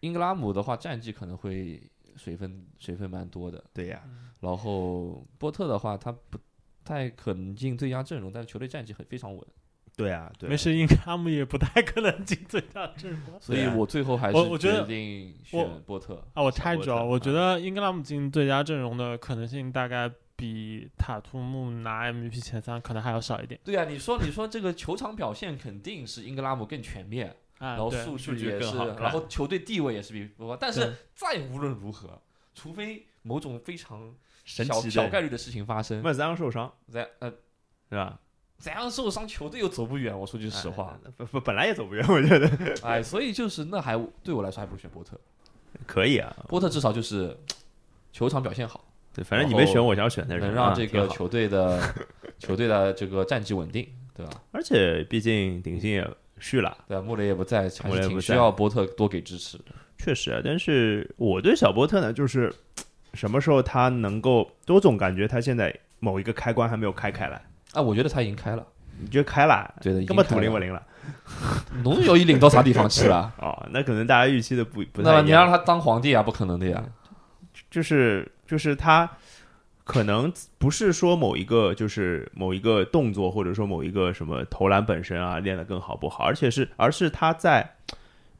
Speaker 2: 英格拉姆的话战绩可能会水分水分蛮多的，
Speaker 1: 对呀，
Speaker 2: 然后波特的话他不太可能进最佳阵容，但是球队战绩很非常稳，
Speaker 1: 对呀，对
Speaker 3: 没事，英格拉姆也不太可能进最佳阵容。
Speaker 2: 所以
Speaker 1: 对啊
Speaker 2: 我最后还
Speaker 3: 我我
Speaker 2: 是
Speaker 3: 觉
Speaker 2: 决
Speaker 3: 得
Speaker 2: 定
Speaker 3: 我
Speaker 2: 选波特。
Speaker 3: 啊，我
Speaker 1: 小
Speaker 3: 插一
Speaker 1: 波
Speaker 3: 句啊，
Speaker 1: 特
Speaker 3: 我觉得英格拉姆进最佳阵容的可能性大概比塔图姆拿 MVP 前三可能还要少一点。
Speaker 2: 对啊，你说你说这个球场表现肯定是英格拉姆更全面，
Speaker 3: 啊，
Speaker 2: 然后
Speaker 3: 对
Speaker 2: 数
Speaker 1: 数
Speaker 2: 据
Speaker 1: 据
Speaker 2: 也
Speaker 1: 更
Speaker 2: 是，
Speaker 1: 好看
Speaker 2: 然后球队地位也是比不过，但
Speaker 3: 对
Speaker 2: 是再无论如何，除非某种非常
Speaker 1: 神
Speaker 2: 小
Speaker 1: 奇
Speaker 2: 小概
Speaker 1: 的
Speaker 2: 率的事情发生，
Speaker 1: 万三昂受伤
Speaker 2: 咱呃
Speaker 1: 是吧？
Speaker 2: 怎样受伤，球队又走不远。我说句实话，
Speaker 1: 哎，不不，本来也走不远，我觉得
Speaker 2: 哎，所以就是那还对我来说还不如选波特，
Speaker 1: 可以啊。
Speaker 2: 波特至少就是球场表现好，
Speaker 1: 对，反正你没选我想选的人，
Speaker 2: 能让
Speaker 1: 啊
Speaker 2: 这
Speaker 1: 挺
Speaker 2: 个
Speaker 1: 好
Speaker 2: 球队的 球队的这个战绩稳定，对吧？
Speaker 1: 而且毕竟顶薪也续了，
Speaker 2: 对，啊穆雷也不在，还
Speaker 1: 穆
Speaker 2: 是
Speaker 1: 雷
Speaker 2: 挺
Speaker 1: 不
Speaker 2: 需
Speaker 1: 在
Speaker 2: 要波特多给支持的。
Speaker 1: 确实啊。但是我对小波特呢，就是什么时候他能够，我总感觉他现在某一个开关还没有开开来，
Speaker 2: 啊，我觉得他已经开了，
Speaker 1: 你觉得开了？
Speaker 2: 对的，已
Speaker 1: 根
Speaker 2: 经
Speaker 1: 本赌
Speaker 2: 开
Speaker 1: 零
Speaker 2: 了
Speaker 1: 我零了
Speaker 2: 农友一领到啥地方去了？
Speaker 1: 哦，那可能大家预期的不 不
Speaker 2: 那
Speaker 1: 太一
Speaker 2: 你
Speaker 1: 样嗯
Speaker 2: 让，他当皇帝啊？不可能的呀！
Speaker 1: 就是就是他可能不是说某一个就是某一个动作或者说某一个什么投篮本身啊练得更好不好，而且是而是他在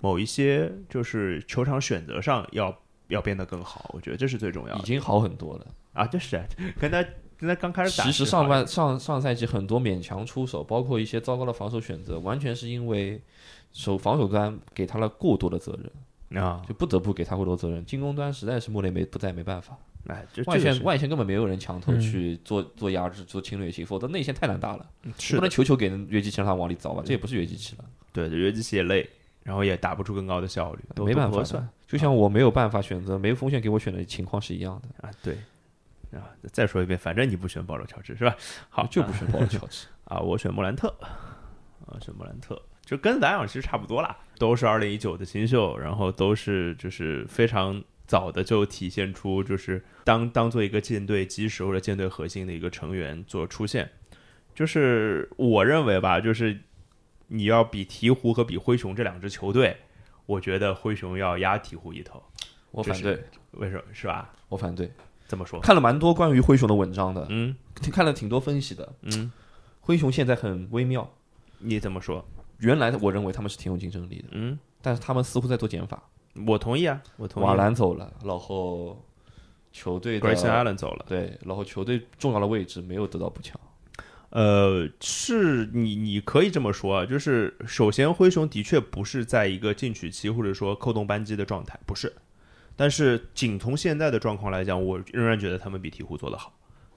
Speaker 1: 某一些就是球场选择上要要变得更好，我觉得这是最重要
Speaker 2: 已
Speaker 1: 的
Speaker 2: 经好很多了。
Speaker 1: 啊，就是啊跟他跟他刚开始打
Speaker 2: 其实
Speaker 1: 时
Speaker 2: 上
Speaker 1: 候
Speaker 2: 半上上赛季很多勉强出手，包括一些糟糕的防守选择，完全是因为守防守端给他了过多的责任，
Speaker 1: 啊，
Speaker 2: 就不得不给他过多责任。进攻端实在是莫雷没不在没办法，
Speaker 1: 哎，这
Speaker 2: 外
Speaker 1: 这个
Speaker 2: 线
Speaker 1: 是
Speaker 2: 外线根本没有人墙头
Speaker 3: 嗯
Speaker 2: 去做做压制、做侵略性，否则内线太难打了。
Speaker 1: 是
Speaker 2: 不能
Speaker 1: 的，
Speaker 2: 球球给人约基奇让他往里凿吧，这也不是约基奇了，
Speaker 1: 对，约基奇也累，然后也打不出更高的效率，都
Speaker 2: 没办
Speaker 1: 都不
Speaker 2: 法
Speaker 1: 合算
Speaker 2: 的。就像我没有办法选择，没有风险给我选的情况是一样的，
Speaker 1: 啊，对。啊，再说一遍，反正你不选保罗乔治是吧？好，
Speaker 2: 就不选保罗乔治。
Speaker 1: 啊，我选莫兰特，啊，选莫兰特，就跟咱俩其实差不多啦，都是二零一九的新秀，然后都是就是非常早的就体现出就是当当做一个舰队基石或者舰队核心的一个成员做出现，就是我认为吧，就是你要比鹈鹕和比灰熊这两支球队，我觉得灰熊要压鹈鹕一头，
Speaker 2: 我
Speaker 1: 这
Speaker 2: 反
Speaker 1: 是
Speaker 2: 对，
Speaker 1: 为什么？是吧？
Speaker 2: 我反对。
Speaker 1: 这么说，
Speaker 2: 看了蛮多关于灰熊的文章的，
Speaker 1: 嗯
Speaker 2: 看了挺多分析的。
Speaker 1: 嗯，
Speaker 2: 灰熊现在很微妙，
Speaker 1: 你怎么说？
Speaker 2: 原来我认为他们是挺有竞争力的，
Speaker 1: 嗯，
Speaker 2: 但是他们似乎在做减法。
Speaker 1: 我同意啊，我同意。
Speaker 2: 瓦兰走了，然后球队
Speaker 1: g r a c e
Speaker 2: n
Speaker 1: Allen 走了，
Speaker 2: 对，然后球队重要的位置没有得到补强。
Speaker 1: 呃，是你你可以这么说啊，就是首先灰熊的确不是在一个进取期或者说扣动扳机的状态，不是。但是仅从现在的状况来讲，我仍然觉得他们比鹈鹕做得好。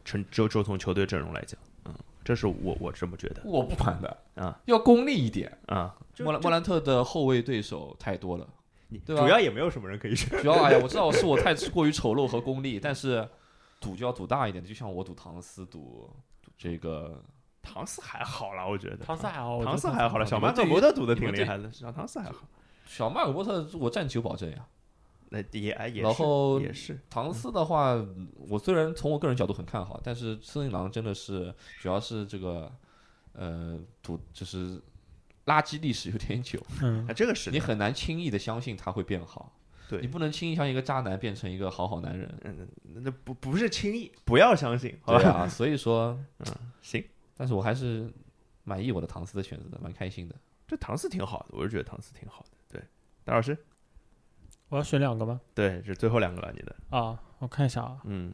Speaker 1: 成就就从球队阵容来讲，嗯，这是我我这么觉得
Speaker 2: 我不管的
Speaker 1: 啊，
Speaker 2: 要功利一点。
Speaker 1: 啊。
Speaker 2: 莫兰莫兰特的后卫对手太多了，对吧啊
Speaker 1: 主要也没有什么人可以选。
Speaker 2: 主要哎呀，我知道是我太过于丑陋和功利，但 是赌就要赌大一点，就像我赌唐斯赌赌这个
Speaker 1: 唐斯还好啦，我觉得
Speaker 3: 唐斯还好，我觉得
Speaker 1: 唐斯还好了，
Speaker 2: 你们
Speaker 1: 小曼
Speaker 2: 对
Speaker 1: 克
Speaker 2: 于
Speaker 1: 伯特赌的挺
Speaker 2: 你们
Speaker 1: 厉
Speaker 2: 对
Speaker 1: 害的，小唐斯还好。
Speaker 2: 小马尔波特，我占九保证呀。
Speaker 1: 那也哎也是，
Speaker 2: 然后
Speaker 1: 也是，
Speaker 2: 唐斯的话，我虽然从我个人角度很看好，但是森林狼真的是主要是这个呃赌就是垃圾历史有点久，
Speaker 3: 嗯
Speaker 1: 啊，这个是
Speaker 2: 你很难轻易的相信他会变好。
Speaker 1: 对
Speaker 2: 你不能轻易像一个渣男变成一个好好 男人，
Speaker 1: 嗯，那不不是轻易，不要相信，好
Speaker 2: 对
Speaker 1: 吧？
Speaker 2: 啊，所以说，
Speaker 1: 行，
Speaker 2: 但是我还是满意我的唐斯的选择的，蛮开心的。
Speaker 1: 这唐斯挺好的，我是觉得唐斯挺好的。对，大老师，
Speaker 3: 我要选两个吗？
Speaker 1: 对，是最后两个了，你的，
Speaker 3: 啊，我看一下啊，
Speaker 1: 嗯，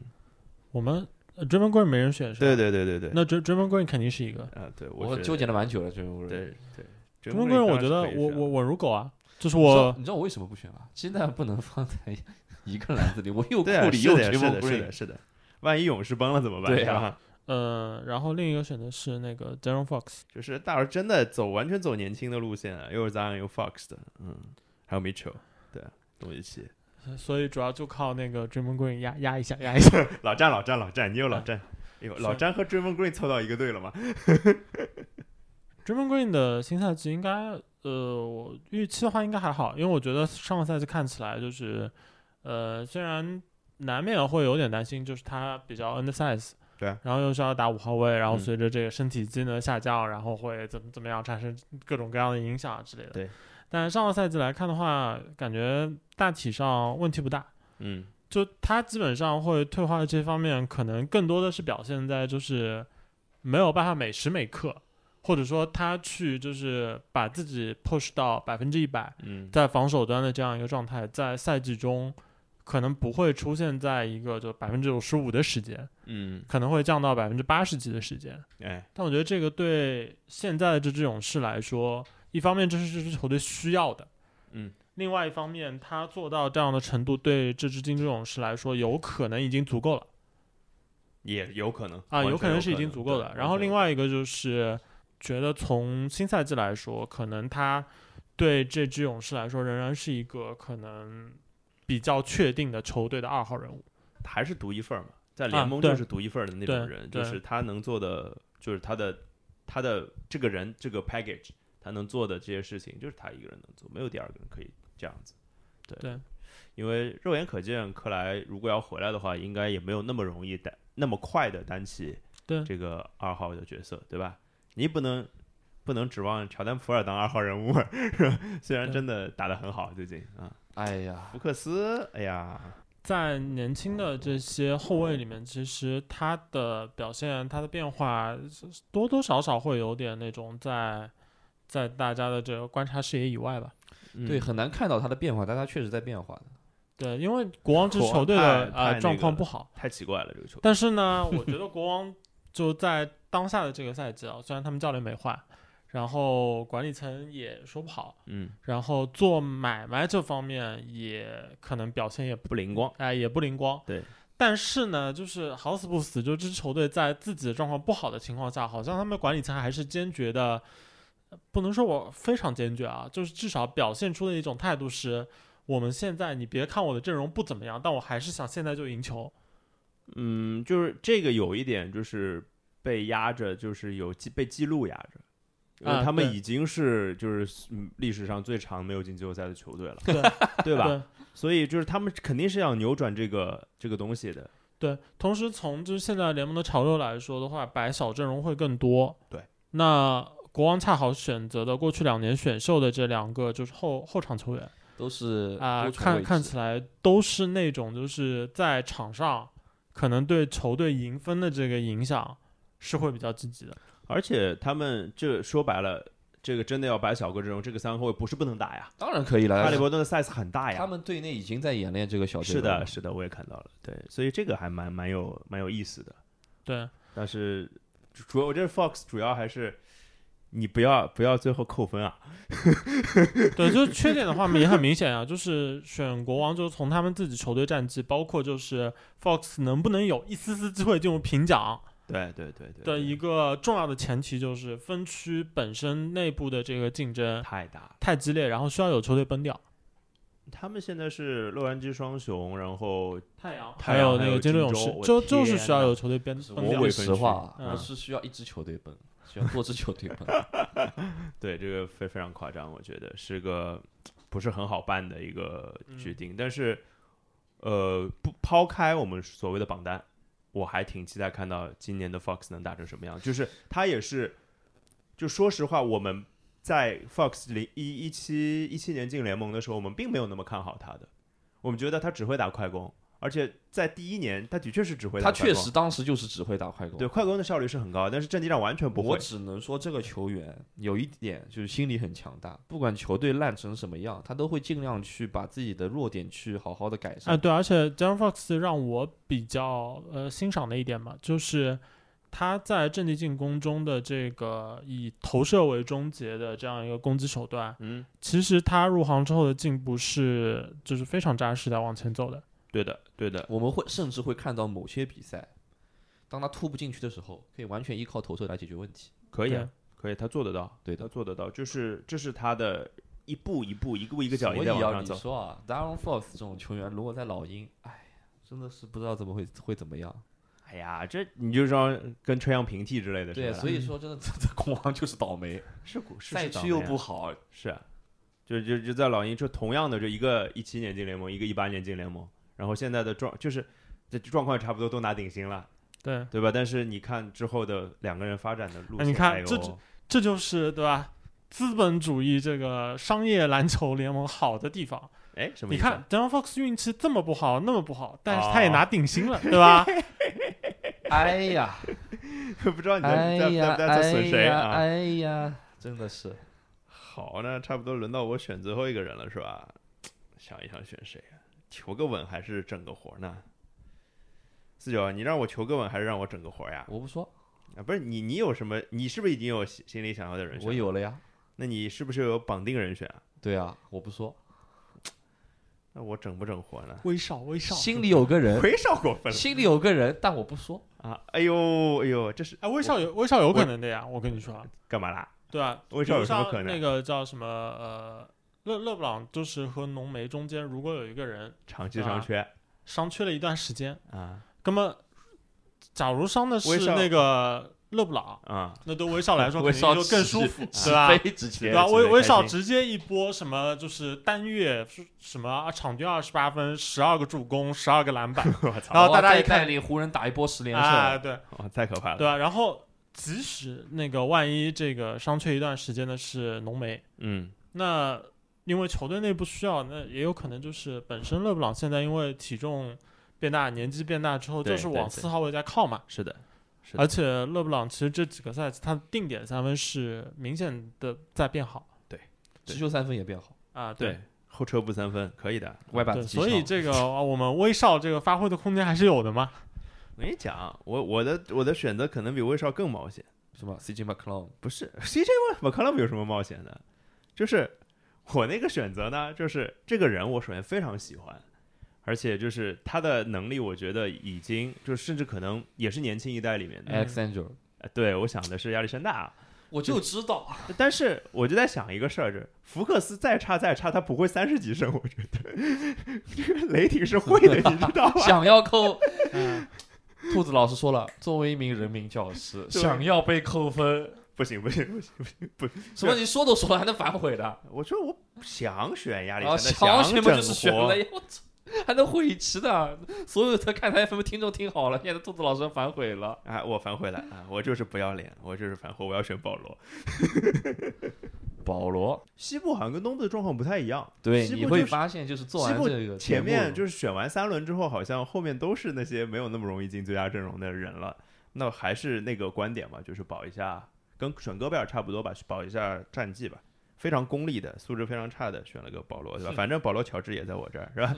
Speaker 3: 我们呃 Draymond Green 没人选是啊
Speaker 1: 对
Speaker 3: 吧？
Speaker 1: 对对对对，
Speaker 3: 那 Dr- Draymond Green 肯定是一个
Speaker 1: 啊，对
Speaker 2: 我
Speaker 1: 觉得
Speaker 2: 纠结了蛮久了，这个
Speaker 1: 对对
Speaker 3: Draymond Green，我觉得我我我如狗啊，就是我
Speaker 2: 你知道我为什么不选吗？鸡蛋不能放在一个篮子里，我又库
Speaker 1: 对啊，
Speaker 2: 里
Speaker 1: 是
Speaker 2: 又
Speaker 1: 的，
Speaker 2: 追
Speaker 1: 是
Speaker 2: 梦
Speaker 1: 的，
Speaker 2: 不
Speaker 1: 是
Speaker 2: 是
Speaker 1: 的，是的，万一勇士崩了怎么办？
Speaker 2: 对啊
Speaker 1: 是吧，
Speaker 3: 呃，然后另一个选的是那个 Darren Fox，
Speaker 1: 就是大老师真的走完全走年轻的路线啊，又是 Zion 又 Fox 的，嗯，还有 Mitchell，对啊，东契奇，
Speaker 3: 所以主要就靠那个 Draymond Green 压压一下压一下。
Speaker 1: 老詹，老詹，老詹，你有老詹。哎呦，
Speaker 3: 是啊
Speaker 1: 老詹和 Draymond Green 凑到一个队了吗？
Speaker 3: Draymond Green 的新赛季应该，呃，我预期的话应该还好，因为我觉得上个赛季看起来就是，呃，虽然难免会有点担心，就是他比较 undersize，
Speaker 1: 对啊
Speaker 3: 然后又是要打五号位，然后
Speaker 1: 嗯
Speaker 3: 随着这个身体机能下降，然后会怎么怎么样产生各种各样的影响啊之类的。
Speaker 1: 对，
Speaker 3: 但上个赛季来看的话，感觉大体上问题不大，
Speaker 1: 嗯，
Speaker 3: 就他基本上会退化的这方面，可能更多的是表现在就是没有办法每时每刻，或者说他去就是把自己 push 到百分之一百，
Speaker 1: 嗯，
Speaker 3: 在防守端的这样一个状态，在赛季中可能不会出现在一个就百分之九十五的时间，
Speaker 1: 嗯，
Speaker 3: 可能会降到百分之八十几的时间。
Speaker 1: 哎，
Speaker 3: 但我觉得这个对现在的这支勇士来说，一方面这是这支球队需要的，
Speaker 1: 嗯，
Speaker 3: 另外一方面他做到这样的程度，对这支金州勇士来说，有可能已经足够了
Speaker 1: 也有可能
Speaker 3: 啊，
Speaker 1: 完全有
Speaker 3: 可能是已经足够的。
Speaker 1: 对
Speaker 3: 然后
Speaker 1: 完全有
Speaker 3: 另
Speaker 1: 可能
Speaker 3: 外一个就是，觉得从新赛季来说，可能他对这支勇士来说仍然是一个可能比较确定的球队的二号人物。
Speaker 1: 还是独一份儿嘛，在
Speaker 3: 啊
Speaker 1: 联盟
Speaker 3: 对
Speaker 1: 就是独一份儿的那种
Speaker 3: 对
Speaker 1: 人，就
Speaker 3: 对
Speaker 1: 是他能做的，就是他的他的这个人这个 package，他能做的这些事情，就是他一个人能做，没有第二个人可以这样子。对，
Speaker 3: 对
Speaker 1: 因为肉眼可见，克莱如果要回来的话，应该也没有那么容易担那么快的担起
Speaker 3: 对
Speaker 1: 这个二号的角色，对吧？你不能。不能指望乔丹普尔当二号人物，是吧虽然
Speaker 3: 对
Speaker 1: 真的打得很好，最近啊，
Speaker 2: 哎呀，
Speaker 1: 福克斯，哎呀，
Speaker 3: 在年轻的这些后卫里面，其实他的表现、他的变化，多多少少会有点那种在在大家的这个观察视野以外吧。
Speaker 1: 嗯
Speaker 2: 对，很难看到他的变化，但他确实在变化的。
Speaker 3: 对，因为国王这支
Speaker 1: 国王
Speaker 3: 球队
Speaker 1: 太
Speaker 3: 的
Speaker 1: 太那
Speaker 3: 呃
Speaker 1: 个
Speaker 3: 状况
Speaker 1: 了
Speaker 3: 不好，
Speaker 1: 太奇怪了，这个球队，
Speaker 3: 但是呢，我觉得国王就在当下的这个赛季啊，虽然他们教练没换，然后管理层也说不好，
Speaker 1: 嗯，
Speaker 3: 然后做买卖这方面也可能表现也不
Speaker 1: 不灵光。
Speaker 3: 哎，也不灵光。
Speaker 1: 对，
Speaker 3: 但是呢，就是好死不死，就这支球队在自己的状况不好的情况下，好像他们管理层还是坚决的，呃不能说我非常坚决啊，就是至少表现出的一种态度是，我们现在你别看我的阵容不怎么样，但我还是想现在就赢球。
Speaker 1: 嗯，就是这个有一点就是被压着，就是有记被记录压着。因为
Speaker 3: 啊
Speaker 1: 他们
Speaker 3: 对
Speaker 1: 已经是就是嗯历史上最长没有进季后赛的球队 了，
Speaker 3: 对
Speaker 1: 对吧？
Speaker 3: 对
Speaker 1: 所以就是他们肯定是要扭转这个这个东西的。
Speaker 3: 对，同时从就是现在联盟的潮流来说的话，摆小阵容会更多。
Speaker 1: 对，
Speaker 3: 那国王恰好选择的过去两年选秀的这两个就是后后场球员
Speaker 2: 都是
Speaker 1: 呃
Speaker 3: 啊、
Speaker 2: 多重
Speaker 3: 看
Speaker 2: 位
Speaker 3: 看
Speaker 2: 置
Speaker 3: 起来都是那种就是在场上可能对球队赢分的这个影响是会比较积极的。
Speaker 1: 而且他们这说白了，这个真的要摆小个阵容，这个三后卫不是不能打呀，
Speaker 2: 当然可以了。
Speaker 1: 哈利伯顿的 size 很大
Speaker 2: 哎他
Speaker 1: 呀。
Speaker 2: 们队内已经在演练这个小阵
Speaker 1: 是
Speaker 2: 容
Speaker 1: 的，
Speaker 2: 了
Speaker 1: 是的，我也看到了，对，所以这个还蛮蛮有蛮有意思的。
Speaker 3: 对，
Speaker 1: 但是主主要我觉得 Fox 主要还是你不要不要最后扣分啊，
Speaker 3: 对，就是缺点的话也很明显啊，就是选国王，就是从他们自己球队战绩，包括就是 Fox 能不能有一丝丝机会进入评奖
Speaker 1: 对对对对
Speaker 3: 的一个重要的前提，就是分区本身内部的这个竞争
Speaker 1: 太大了。
Speaker 3: 太激烈，然后需要有球队崩掉。
Speaker 1: 他们现在是洛杉矶双雄，然后
Speaker 3: 太阳
Speaker 1: 太
Speaker 3: 还
Speaker 1: 阳
Speaker 3: 有
Speaker 1: 还
Speaker 3: 那
Speaker 1: 有
Speaker 3: 个金州勇
Speaker 1: 金
Speaker 3: 士
Speaker 1: 州，我
Speaker 3: 就
Speaker 1: 天
Speaker 3: 就是需要
Speaker 1: 哪
Speaker 3: 有球队崩
Speaker 2: 是
Speaker 3: 崩
Speaker 2: 我
Speaker 3: 掉
Speaker 1: 伪
Speaker 2: 说。
Speaker 1: 分
Speaker 2: 实话啊，
Speaker 3: 区嗯
Speaker 2: 我是需要一支球队奔，需要多支球 队奔。
Speaker 1: 对这个非非常夸张，我觉得是个不是很好办的一个决定。但是，呃，不抛开我们所谓的榜单，我还挺期待看到今年的 Fox 能打成什么样。就是他也是，就说实话，我们在 Fox 零一一七一七年进联盟的时候，我们并没有那么看好他的，我们觉得他只会打快攻，而且在第一年他的确是只会打
Speaker 2: 他
Speaker 1: 快攻，
Speaker 2: 确实当时就是只会打快攻。
Speaker 1: 对快攻的效率是很高，但是阵地上完全不
Speaker 2: 我
Speaker 1: 会。
Speaker 2: 只能说这个球员有一点就是心理很强大，不管球队烂成什么样，他都会尽量去把自己的弱点去好好的改
Speaker 3: 啊，
Speaker 2: 善。
Speaker 3: 对，而且 j a r e n Fox 让我比较呃欣赏的一点嘛，就是他在阵地进攻中的这个以投射为终结的这样一个攻击手段，
Speaker 1: 嗯，
Speaker 3: 其实他入行之后的进步是就是非常扎实的往前走的。
Speaker 1: 对的，对的。
Speaker 2: 我们会甚至会看到某些比赛，当他突不进去的时候，可以完全依靠投射来解决问题。
Speaker 1: 可以啊
Speaker 3: 对，
Speaker 1: 可以，他做得到，
Speaker 2: 对的
Speaker 1: 他做得到，就是这是他的一步一步、一个步一个脚
Speaker 2: 所
Speaker 1: 印
Speaker 2: 以
Speaker 1: 在往
Speaker 2: 要
Speaker 1: 上
Speaker 2: 你
Speaker 1: 走。
Speaker 2: 说啊，Darren Fox 这种球员如果在老鹰，哎，真的是不知道怎么会会怎么样。
Speaker 1: 哎呀，这你就说跟吹阳平替之类的，
Speaker 2: 对，
Speaker 1: 是吧
Speaker 2: 所以说真的， 这这国王就是倒霉，
Speaker 1: 是股市
Speaker 2: 赛区又不，好，
Speaker 1: 是啊，就就就在老鹰，就同样的，就一个一七年进联盟，一个一八年进联盟，然后现在的状就是这状况也差不多，都拿顶薪了，
Speaker 3: 对，
Speaker 1: 对吧？但是你看之后的两个人发展的路
Speaker 3: 哎
Speaker 1: 线，
Speaker 3: 你看
Speaker 1: 哎呦
Speaker 3: 这这这就是对吧？资本主义这个商业篮球联盟好的地方，
Speaker 1: 哎什么
Speaker 3: 你
Speaker 1: 意思啊？
Speaker 3: 看 d a r e n Fox 运气这么不好，那么不好，但是
Speaker 1: 哦
Speaker 3: 他也拿顶薪了，对吧？
Speaker 2: 哎呀，
Speaker 1: 不知道你
Speaker 2: 哎
Speaker 1: 在在
Speaker 2: 呀，
Speaker 1: 在在在损谁啊？
Speaker 2: 哎呀，真的是。
Speaker 1: 好，那差不多轮到我选最后一个人了，是吧？想一想选谁啊？求个稳还是整个活呢？四九，啊你让我求个稳还是让我整个活呀？
Speaker 2: 我不说，
Speaker 1: 啊，不是你，你有什么？你是不是已经有心心里想要的人选？
Speaker 2: 我。有了呀。
Speaker 1: 那你是不是有绑定人选啊？
Speaker 2: 对啊，我不说，
Speaker 1: 那我整不整活呢？
Speaker 3: 威少，威少，
Speaker 2: 心里有 个人，
Speaker 1: 回少过分了
Speaker 2: 心里有个人，但我不说。
Speaker 1: 啊！哎呦哎呦，这是
Speaker 3: 哎，威少有威少有可能的呀，我跟你说啊，
Speaker 1: 干嘛啦？
Speaker 3: 对啊，
Speaker 1: 威少有什么
Speaker 3: 比如像
Speaker 1: 可能
Speaker 3: 那个叫什么呃，勒勒布朗就是和浓眉中间，如果有一个人
Speaker 1: 长期伤缺
Speaker 3: 伤缺了一段时间，
Speaker 1: 啊
Speaker 3: 那么假如伤的
Speaker 1: 威
Speaker 3: 是
Speaker 1: 少
Speaker 3: 那个勒布朗，
Speaker 1: 啊！
Speaker 3: 那对威少 来说
Speaker 2: 威
Speaker 3: 肯定
Speaker 2: 少
Speaker 3: 就更
Speaker 2: 直
Speaker 3: 舒
Speaker 2: 接
Speaker 3: 服，
Speaker 2: 直
Speaker 3: 对吧？
Speaker 2: 飞直接
Speaker 3: 对吧？
Speaker 1: 直接
Speaker 3: 威
Speaker 1: 开
Speaker 3: 威少
Speaker 1: 心
Speaker 3: 直接一波什么，就是单月什么啊场均二十八分，十二个助攻，十二个篮板，
Speaker 1: 我操，
Speaker 3: 然后大家
Speaker 2: 再
Speaker 3: 一看
Speaker 2: 带领湖人打一波十连
Speaker 3: 啊，
Speaker 2: 胜，
Speaker 3: 对
Speaker 1: 哇哦太可怕
Speaker 3: 对
Speaker 1: 了！
Speaker 3: 吧？然后即使那个万一这个伤缺一段时间的是浓眉，
Speaker 1: 嗯，
Speaker 3: 那因为球队内部需要，那也有可能就是本身勒布朗现在因为体重变大、年纪变大之后，
Speaker 1: 对
Speaker 3: 就是往
Speaker 1: 对对
Speaker 3: 四号位在靠嘛。
Speaker 1: 是的，是的
Speaker 3: 而且勒布朗其实这几个赛季他的定点三分是明显的在变好
Speaker 2: 持球三分也变好，
Speaker 3: 啊，
Speaker 1: 对，后撤步三分可以的，
Speaker 2: 外板
Speaker 3: 对，
Speaker 2: 子
Speaker 3: 所
Speaker 2: 技
Speaker 3: 以
Speaker 2: 巧
Speaker 3: 这个啊我们威少这个发挥的空间还是有的嘛。
Speaker 1: 我跟你讲，我我的我的选择可能比威少更冒险。
Speaker 2: 什么 CJ McClum
Speaker 1: 不是 CJ 麦克拉姆有什么冒险的？就是我那个选择呢，就是这个人我首先非常喜欢，而且就是他的能力，我觉得已经就甚至可能也是年轻一代里面的。
Speaker 2: Alexander，
Speaker 1: 呃对，我想的是亚历山大，啊
Speaker 2: 我就知道
Speaker 1: 但是我就在想一个事儿，就是福克斯再差再差，他不会三十几胜，我觉得 这个雷霆是会的，你知道 吗？
Speaker 2: 想要扣。嗯兔子老师说了，作为一名人民教师，
Speaker 1: 对
Speaker 2: 想要被扣分，
Speaker 1: 不行不行不行不行不行！
Speaker 2: 什么你说都说了，还能反悔的？
Speaker 1: 我说我想选亚历
Speaker 2: 然后
Speaker 1: 山大，
Speaker 2: 哦
Speaker 1: 想
Speaker 2: 想选
Speaker 1: 整
Speaker 2: 嘛就是选
Speaker 1: 活
Speaker 2: 了，呀，我操！还能混一期的。所有的看台 FM 听众听好了，现在兔子老师反悔了。
Speaker 1: 啊，我反悔了啊！我就是不要脸，我就是反悔，我要选保罗。
Speaker 2: 保罗，
Speaker 1: 西部好像跟东部的状况不太一样，
Speaker 2: 对，
Speaker 1: 西部
Speaker 2: 你
Speaker 1: 就
Speaker 2: 会
Speaker 1: 是
Speaker 2: 发现就是做完
Speaker 1: 西部
Speaker 2: 这个
Speaker 1: 前面
Speaker 2: 是
Speaker 1: 就是选完三轮之后，好像后面都是那些没有那么容易进最佳阵容的人了。那还是那个观点嘛，就是保一下，跟选戈贝尔差不多吧，保一下战绩吧。非常功利的，素质非常差的，选了个保罗，对吧？反正保罗乔治也在我这儿，是吧？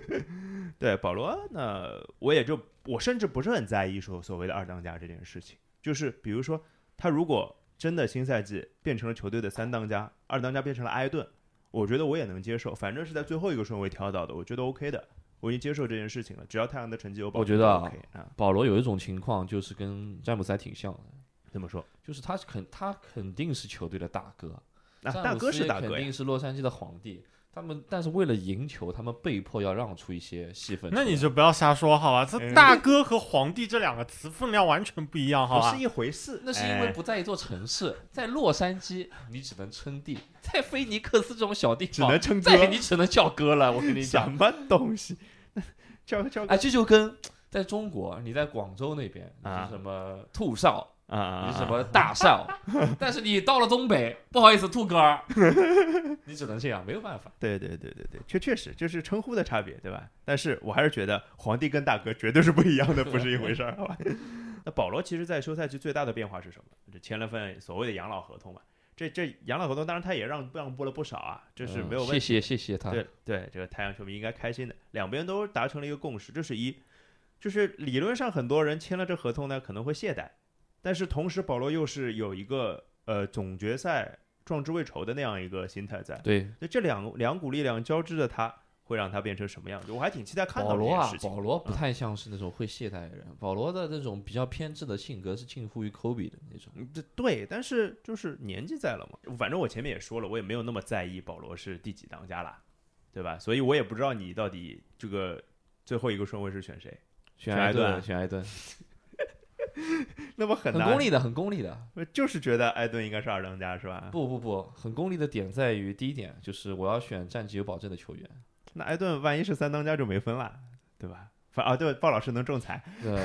Speaker 1: 对，保罗，那我也就我甚至不是很在意说所谓的二当家这件事情，就是比如说他如果真的新赛季变成了球队的三当家，二当家变成了埃顿，我觉得我也能接受，反正是在最后一个顺位挑到的，我觉得 OK 的，我已经接受这件事情了。只要太阳的成绩有保
Speaker 2: 我
Speaker 1: 证
Speaker 2: 觉得啊
Speaker 1: OK 啊，
Speaker 2: 保罗有一种情况，就是跟詹姆斯还挺像的，
Speaker 1: 怎么说？
Speaker 2: 就是他肯他肯定是球队的大哥，
Speaker 1: 那、
Speaker 2: 詹
Speaker 1: 啊大
Speaker 2: 姆
Speaker 1: 哥
Speaker 2: 斯
Speaker 1: 是
Speaker 2: 也
Speaker 1: 大哥
Speaker 2: 肯
Speaker 1: 呀，
Speaker 2: 定是洛杉矶的皇帝。他们但是为了赢球，他们被迫要让出一些戏份出来。
Speaker 3: 那你就不要瞎说好吧？这
Speaker 1: 嗯
Speaker 3: 大哥和皇帝这两个词分量完全不一样好
Speaker 1: 不
Speaker 3: 吧
Speaker 1: 是？一回事。
Speaker 2: 啊那是因为
Speaker 1: 哎
Speaker 2: 不在一座城市，在洛杉矶你只能称帝，在菲尼克斯这种小地
Speaker 1: 只
Speaker 2: 方，
Speaker 1: 能称哥，
Speaker 2: 在你只能叫哥了。我跟你
Speaker 1: 什
Speaker 2: 讲，
Speaker 1: 么东西？ 叫叫
Speaker 2: 哎，这就跟在中国，你在广州那边你
Speaker 1: 啊
Speaker 2: 是什么兔少，
Speaker 1: 啊
Speaker 2: 你是什么 大少，但是你到了东北，不好意思，兔哥儿， 你只能这样，没有办法。
Speaker 1: 对对对对对，确确实就是称呼的差别，对吧？但是我还是觉得皇帝跟大哥绝对是不一样的，不是一回事儿，好吧？ 那保罗其实，在休赛期最大的变化是什么？就签了份所谓的养老合同嘛。这这养老合同，当然他也让让步了不少啊，这是没有问
Speaker 2: 嗯谢
Speaker 1: 题。
Speaker 2: 谢谢谢他，
Speaker 1: 对对，这个太阳球迷应该开心的，两边都达成了一个共识，这是一，就是理论上很多人签了这合同呢可能会懈怠，但是同时保罗又是有一个呃总决赛壮志未酬的那样一个心态在，
Speaker 2: 对
Speaker 1: 那这两两股力量交织的他，会让他变成什么样子？我还挺期待看
Speaker 2: 保
Speaker 1: 到这
Speaker 2: 罗
Speaker 1: 件
Speaker 2: 啊
Speaker 1: 事，情。嗯
Speaker 2: 保罗不太像是那种会懈怠的人，保罗的那种比较偏执的性格是近乎于科比的那种。
Speaker 1: 嗯这对，但是就是年纪在了嘛，反正我前面也说了，我也没有那么在意保罗是第几当家啦，对吧？所以我也不知道你到底这个最后一个顺位是选谁，
Speaker 2: 选
Speaker 1: 埃
Speaker 2: 埃
Speaker 1: 顿
Speaker 2: 顿，选埃顿，
Speaker 1: 那么很
Speaker 2: 很
Speaker 1: 难，
Speaker 2: 功利的，很功利的。
Speaker 1: 我就是觉得艾顿应该是二当家是吧？，
Speaker 2: 不不不，很功利的点在于第一点就是我要选战绩有保证的 球员。
Speaker 1: 那艾顿万一是三当家就没分了，对吧？反啊，对，鲍老师能仲裁，
Speaker 2: 呃，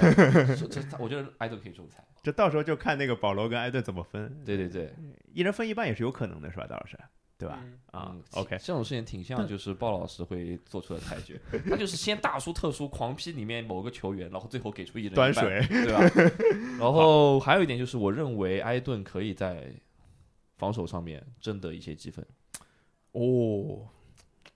Speaker 2: 这这我觉得埃顿可以仲裁。
Speaker 1: 这到时候就看那个保罗跟艾顿怎么分，
Speaker 2: 对对对，
Speaker 1: 一人分一半也是有可能的，是吧，大老师？对吧？
Speaker 3: 嗯
Speaker 1: 啊
Speaker 2: 嗯
Speaker 1: ，OK，
Speaker 2: 这种事情挺像就是鲍老师会做出的裁决，他就是先大书特书狂批里面某个球员，然后最后给出一人一
Speaker 1: 端
Speaker 2: 半，
Speaker 1: 水。
Speaker 2: 对吧？ 然后还有一点就是，我认为埃顿可以在防守上面争得一些积分。
Speaker 1: 哦，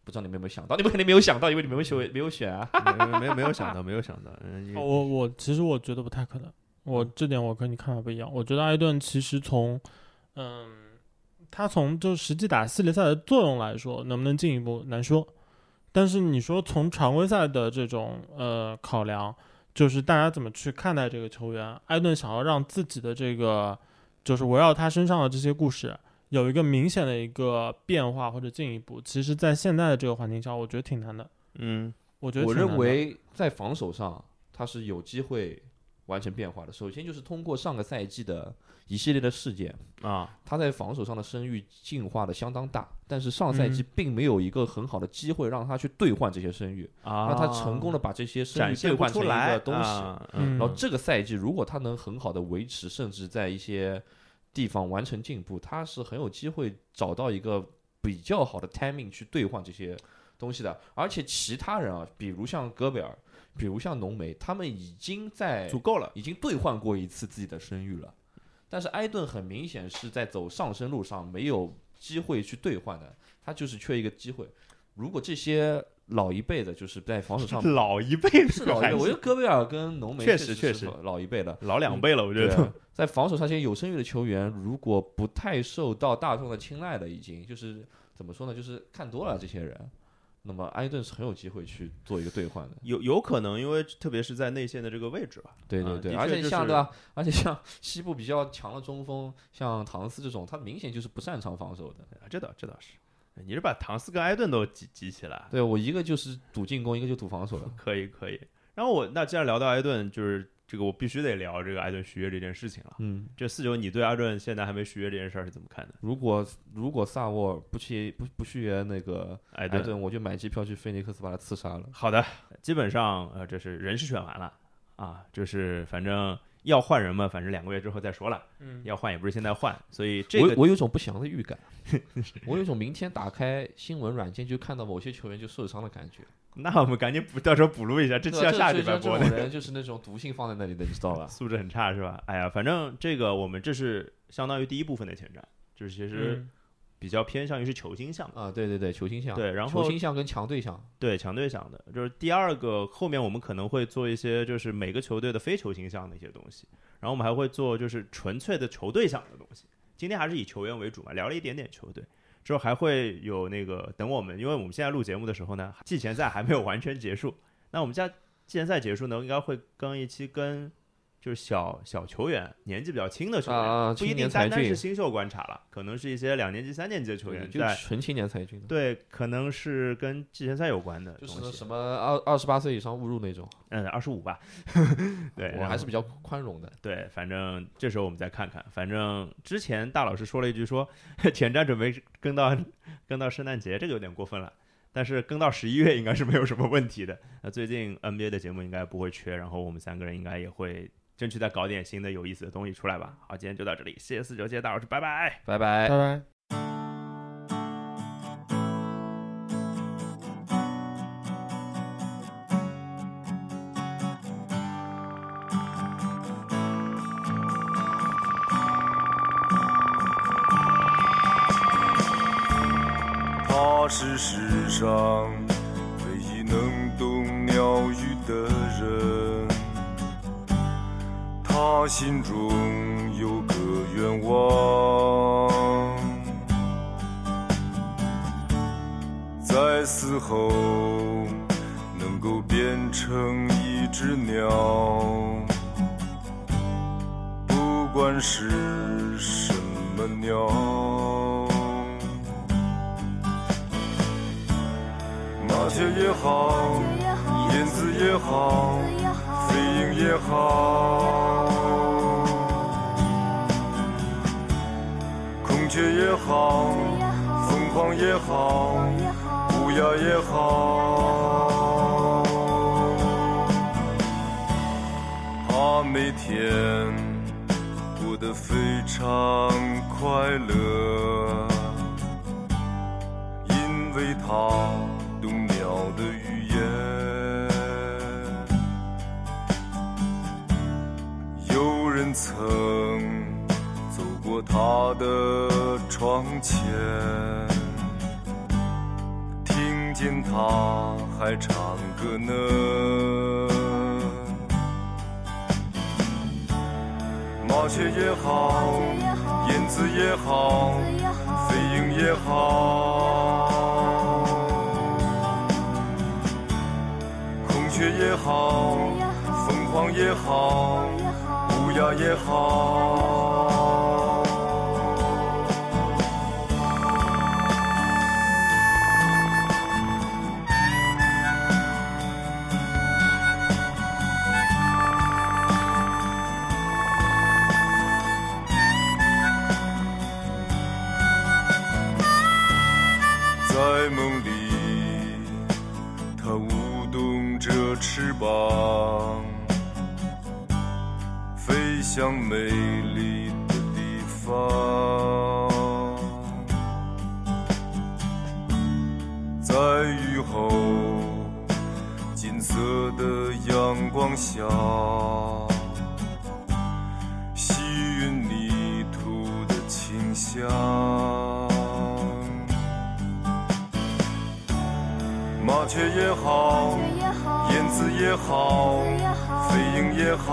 Speaker 2: 不知道你们有没有想到？你们肯定没有想到，因为你们没有选没有选啊。
Speaker 1: 没有没有没有想到，没有想到，嗯，因
Speaker 3: 哦
Speaker 1: 为
Speaker 3: 我我其实我觉得不太可能，我这点我跟你看法不一样。我觉得埃顿其实从，嗯，他从就实际打系列赛的作用来说，能不能进一步难说。但是你说从常规赛的这种呃考量，就是大家怎么去看待这个球员，埃顿想要让自己的这个，就是围绕他身上的这些故事。有一个明显的一个变化或者进一步，其实，在现在的这个环境下，我觉得挺难的。
Speaker 1: 嗯，
Speaker 3: 我觉得
Speaker 2: 我
Speaker 3: 挺
Speaker 2: 认
Speaker 3: 难的嗯
Speaker 2: 为在防守上，他是有机会完成变化的。首先就是通过上个赛季的一系列的事件，
Speaker 1: 啊，
Speaker 2: 他在防守上的声誉进化的相当大，但是上赛季
Speaker 1: 嗯
Speaker 2: 并没有一个很好的机会让他去兑换这些声誉，
Speaker 1: 啊
Speaker 2: 让他成功的把这些声
Speaker 1: 展
Speaker 2: 誉兑
Speaker 1: 现不
Speaker 2: 换成
Speaker 1: 出
Speaker 2: 一
Speaker 1: 来
Speaker 2: 个东西。
Speaker 1: 啊
Speaker 3: 嗯
Speaker 2: 然后这个赛季如果他能很好的维持，甚至在一些地方完成进步，他是很有机会找到一个比较好的 timing 去兑换这些东西的。而且其他人啊，比如像戈贝尔，比如像浓眉，他们已经在
Speaker 1: 足够了，
Speaker 2: 已经兑换过一次自己的声誉了。但是埃顿很明显是在走上升路上，没有机会去兑换的，他就是缺一个机会。如果这些老一辈的，就是在 防守上
Speaker 1: 老一辈
Speaker 2: 是老一辈，我觉得戈贝尔跟浓眉
Speaker 1: 确实确
Speaker 2: 是
Speaker 1: 实
Speaker 2: 老一辈的。
Speaker 1: 老两辈了，我觉
Speaker 2: 对
Speaker 1: 得
Speaker 2: 啊， 在防守上，这些有声誉的球员如果不太受到大众的青睐的，已经就是怎么说呢？就是看多了这些人，那么埃顿是很有机会去做一个兑换的。
Speaker 1: 有有可能，因为特别是在内线的这个位置吧，
Speaker 2: 对
Speaker 1: 啊
Speaker 2: 对对，
Speaker 1: 的
Speaker 2: 而
Speaker 1: 确
Speaker 2: 且
Speaker 1: 就
Speaker 2: 像
Speaker 1: 是
Speaker 2: 对吧？而且像 西部比较强的中锋，像唐斯这种，他明显就是不擅长防守的。
Speaker 1: 啊这倒这倒是，你是把唐斯跟埃顿都集集起来，
Speaker 2: 对我一个就是赌进攻，一个就赌防守了。嗯
Speaker 1: 可以可以。然后我那既然聊到埃顿，就是这个我必须得聊这个艾顿续约这件事情了。
Speaker 2: 嗯，
Speaker 1: 这四九，你对艾顿现在还没续约这件事儿是怎么看的？
Speaker 2: 如果如果萨沃尔不去不不续约那个
Speaker 1: 艾
Speaker 2: 艾
Speaker 1: 顿，
Speaker 2: 顿，我就买机票去菲尼克斯把他刺杀了。
Speaker 1: 好的，基本上呃，这是人是选完了啊，就是反正要换人嘛，反正两个月之后再说了，
Speaker 3: 嗯，
Speaker 1: 要换也不是现在换，所以这个
Speaker 2: 我我有一种不祥的 预感，我有一种明天打开新闻软件就看到某些球员就受伤的感觉。
Speaker 1: 那我们赶紧补，到时候补录一下，这期
Speaker 2: 对
Speaker 1: 要
Speaker 2: 啊
Speaker 1: 下
Speaker 2: 这
Speaker 1: 礼拜
Speaker 2: 这
Speaker 1: 播
Speaker 2: 这
Speaker 1: 的
Speaker 2: 种。人就是那种毒性放在那里的，你知道 吧？
Speaker 1: 素质很差是吧？哎呀，反正这个我们这是相当于第一部分的前瞻，就是其实
Speaker 3: 嗯
Speaker 1: 比较偏向于是球星项目。
Speaker 2: 啊，对对对，球星项，
Speaker 1: 对，然
Speaker 2: 球
Speaker 1: 后
Speaker 2: 星项跟强队项，
Speaker 1: 对强队项的，就是第二个后面我们可能会做一些就是每个球队的非球星项的一些东西，然后我们还会做就是纯粹的球队项的东西。今天还是以球员为主嘛，聊了一点点球队，之后还会有那个等我们，因为我们现在录节目的时候呢，季前赛还没有完全结束，那我们家季前赛结束呢，应该会更一期跟就是小小球员，年纪比较轻的球员，
Speaker 2: 啊啊
Speaker 1: 不一
Speaker 2: 青
Speaker 1: 定
Speaker 2: 年
Speaker 1: 单
Speaker 2: 才
Speaker 1: 单是
Speaker 2: 俊
Speaker 1: 新秀观察了，可能是一些两年级、三年级的球员
Speaker 2: 就
Speaker 1: 在。
Speaker 2: 纯青年才俊的，
Speaker 1: 对，可能是跟季前赛有关的
Speaker 2: 就
Speaker 1: 东西，
Speaker 2: 是什么二二十八岁以上误入那种，
Speaker 1: 嗯，二十五 吧。对，
Speaker 2: 我
Speaker 1: 然
Speaker 2: 还
Speaker 1: 后
Speaker 2: 是比较宽容的。
Speaker 1: 对，反正这时候我们再看看。反正之前大老师说了一句说， 前瞻准备跟到跟到圣诞节，这个有点过分了。但是跟到十一月应该是没有什么问题的。那最近 NBA 的节目应该不会缺，然后我们三个人应该也会争取再搞点新的有意思的东西出来吧。好，今天就到这里，谢谢四九，谢谢大老师，拜拜。
Speaker 2: 拜拜
Speaker 3: 拜。拜。
Speaker 5: 他是世上唯一能懂鸟语的人，他心中有个愿望，在死后能够变成一只鸟，不管是什么鸟。麻雀也好，燕子也好，飞鹰也好，孔雀也好，凤凰也好，乌鸦也好，它每天过得非常快乐。因为他懂鸟的语言。有人曾走过他的窗前，听见他还唱歌呢。麻雀也好，燕子也好。飞鹰也好，孔雀也好，凤凰也好，乌鸦也好。在梦里，它舞动着翅膀，飞向美丽的地方。在雨后，金色的阳光下，吸吮泥土的清香。麻雀也好，燕子也好，飞鹰也好，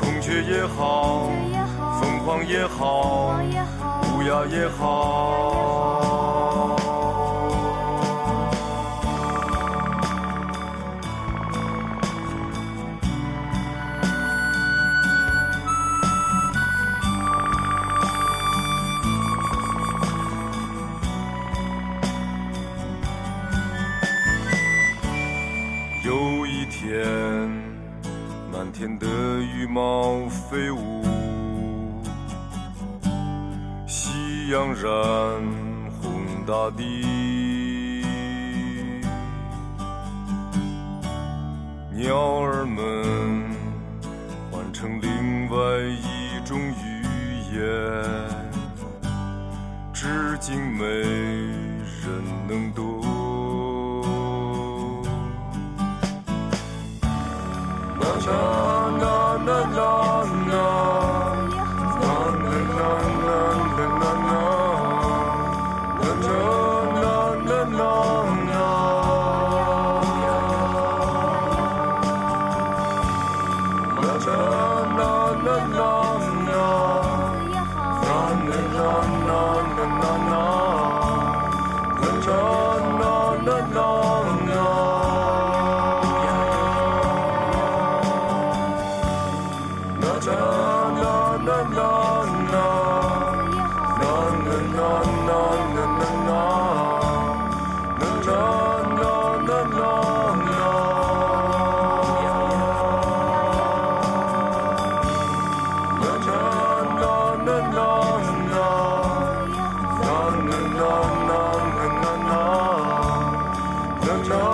Speaker 5: 孔雀也好，凤凰也好，乌鸦也好。天，满天的羽毛飞舞，夕阳染红大地。鸟儿们换成另外一种语言，至今没人能懂。啦啦啦啦啦啦，啦啦啦啦啦啦啦，啦啦啦啦啦啦，啦啦啦啦啦啦，啦啦啦啦啦啦。啦啦啦啦啦啦，啦啦啦啦啦啦啦，啦啦啦啦啦啦，啦啦啦啦啦啦，啦啦啦啦啦啦，啦啦。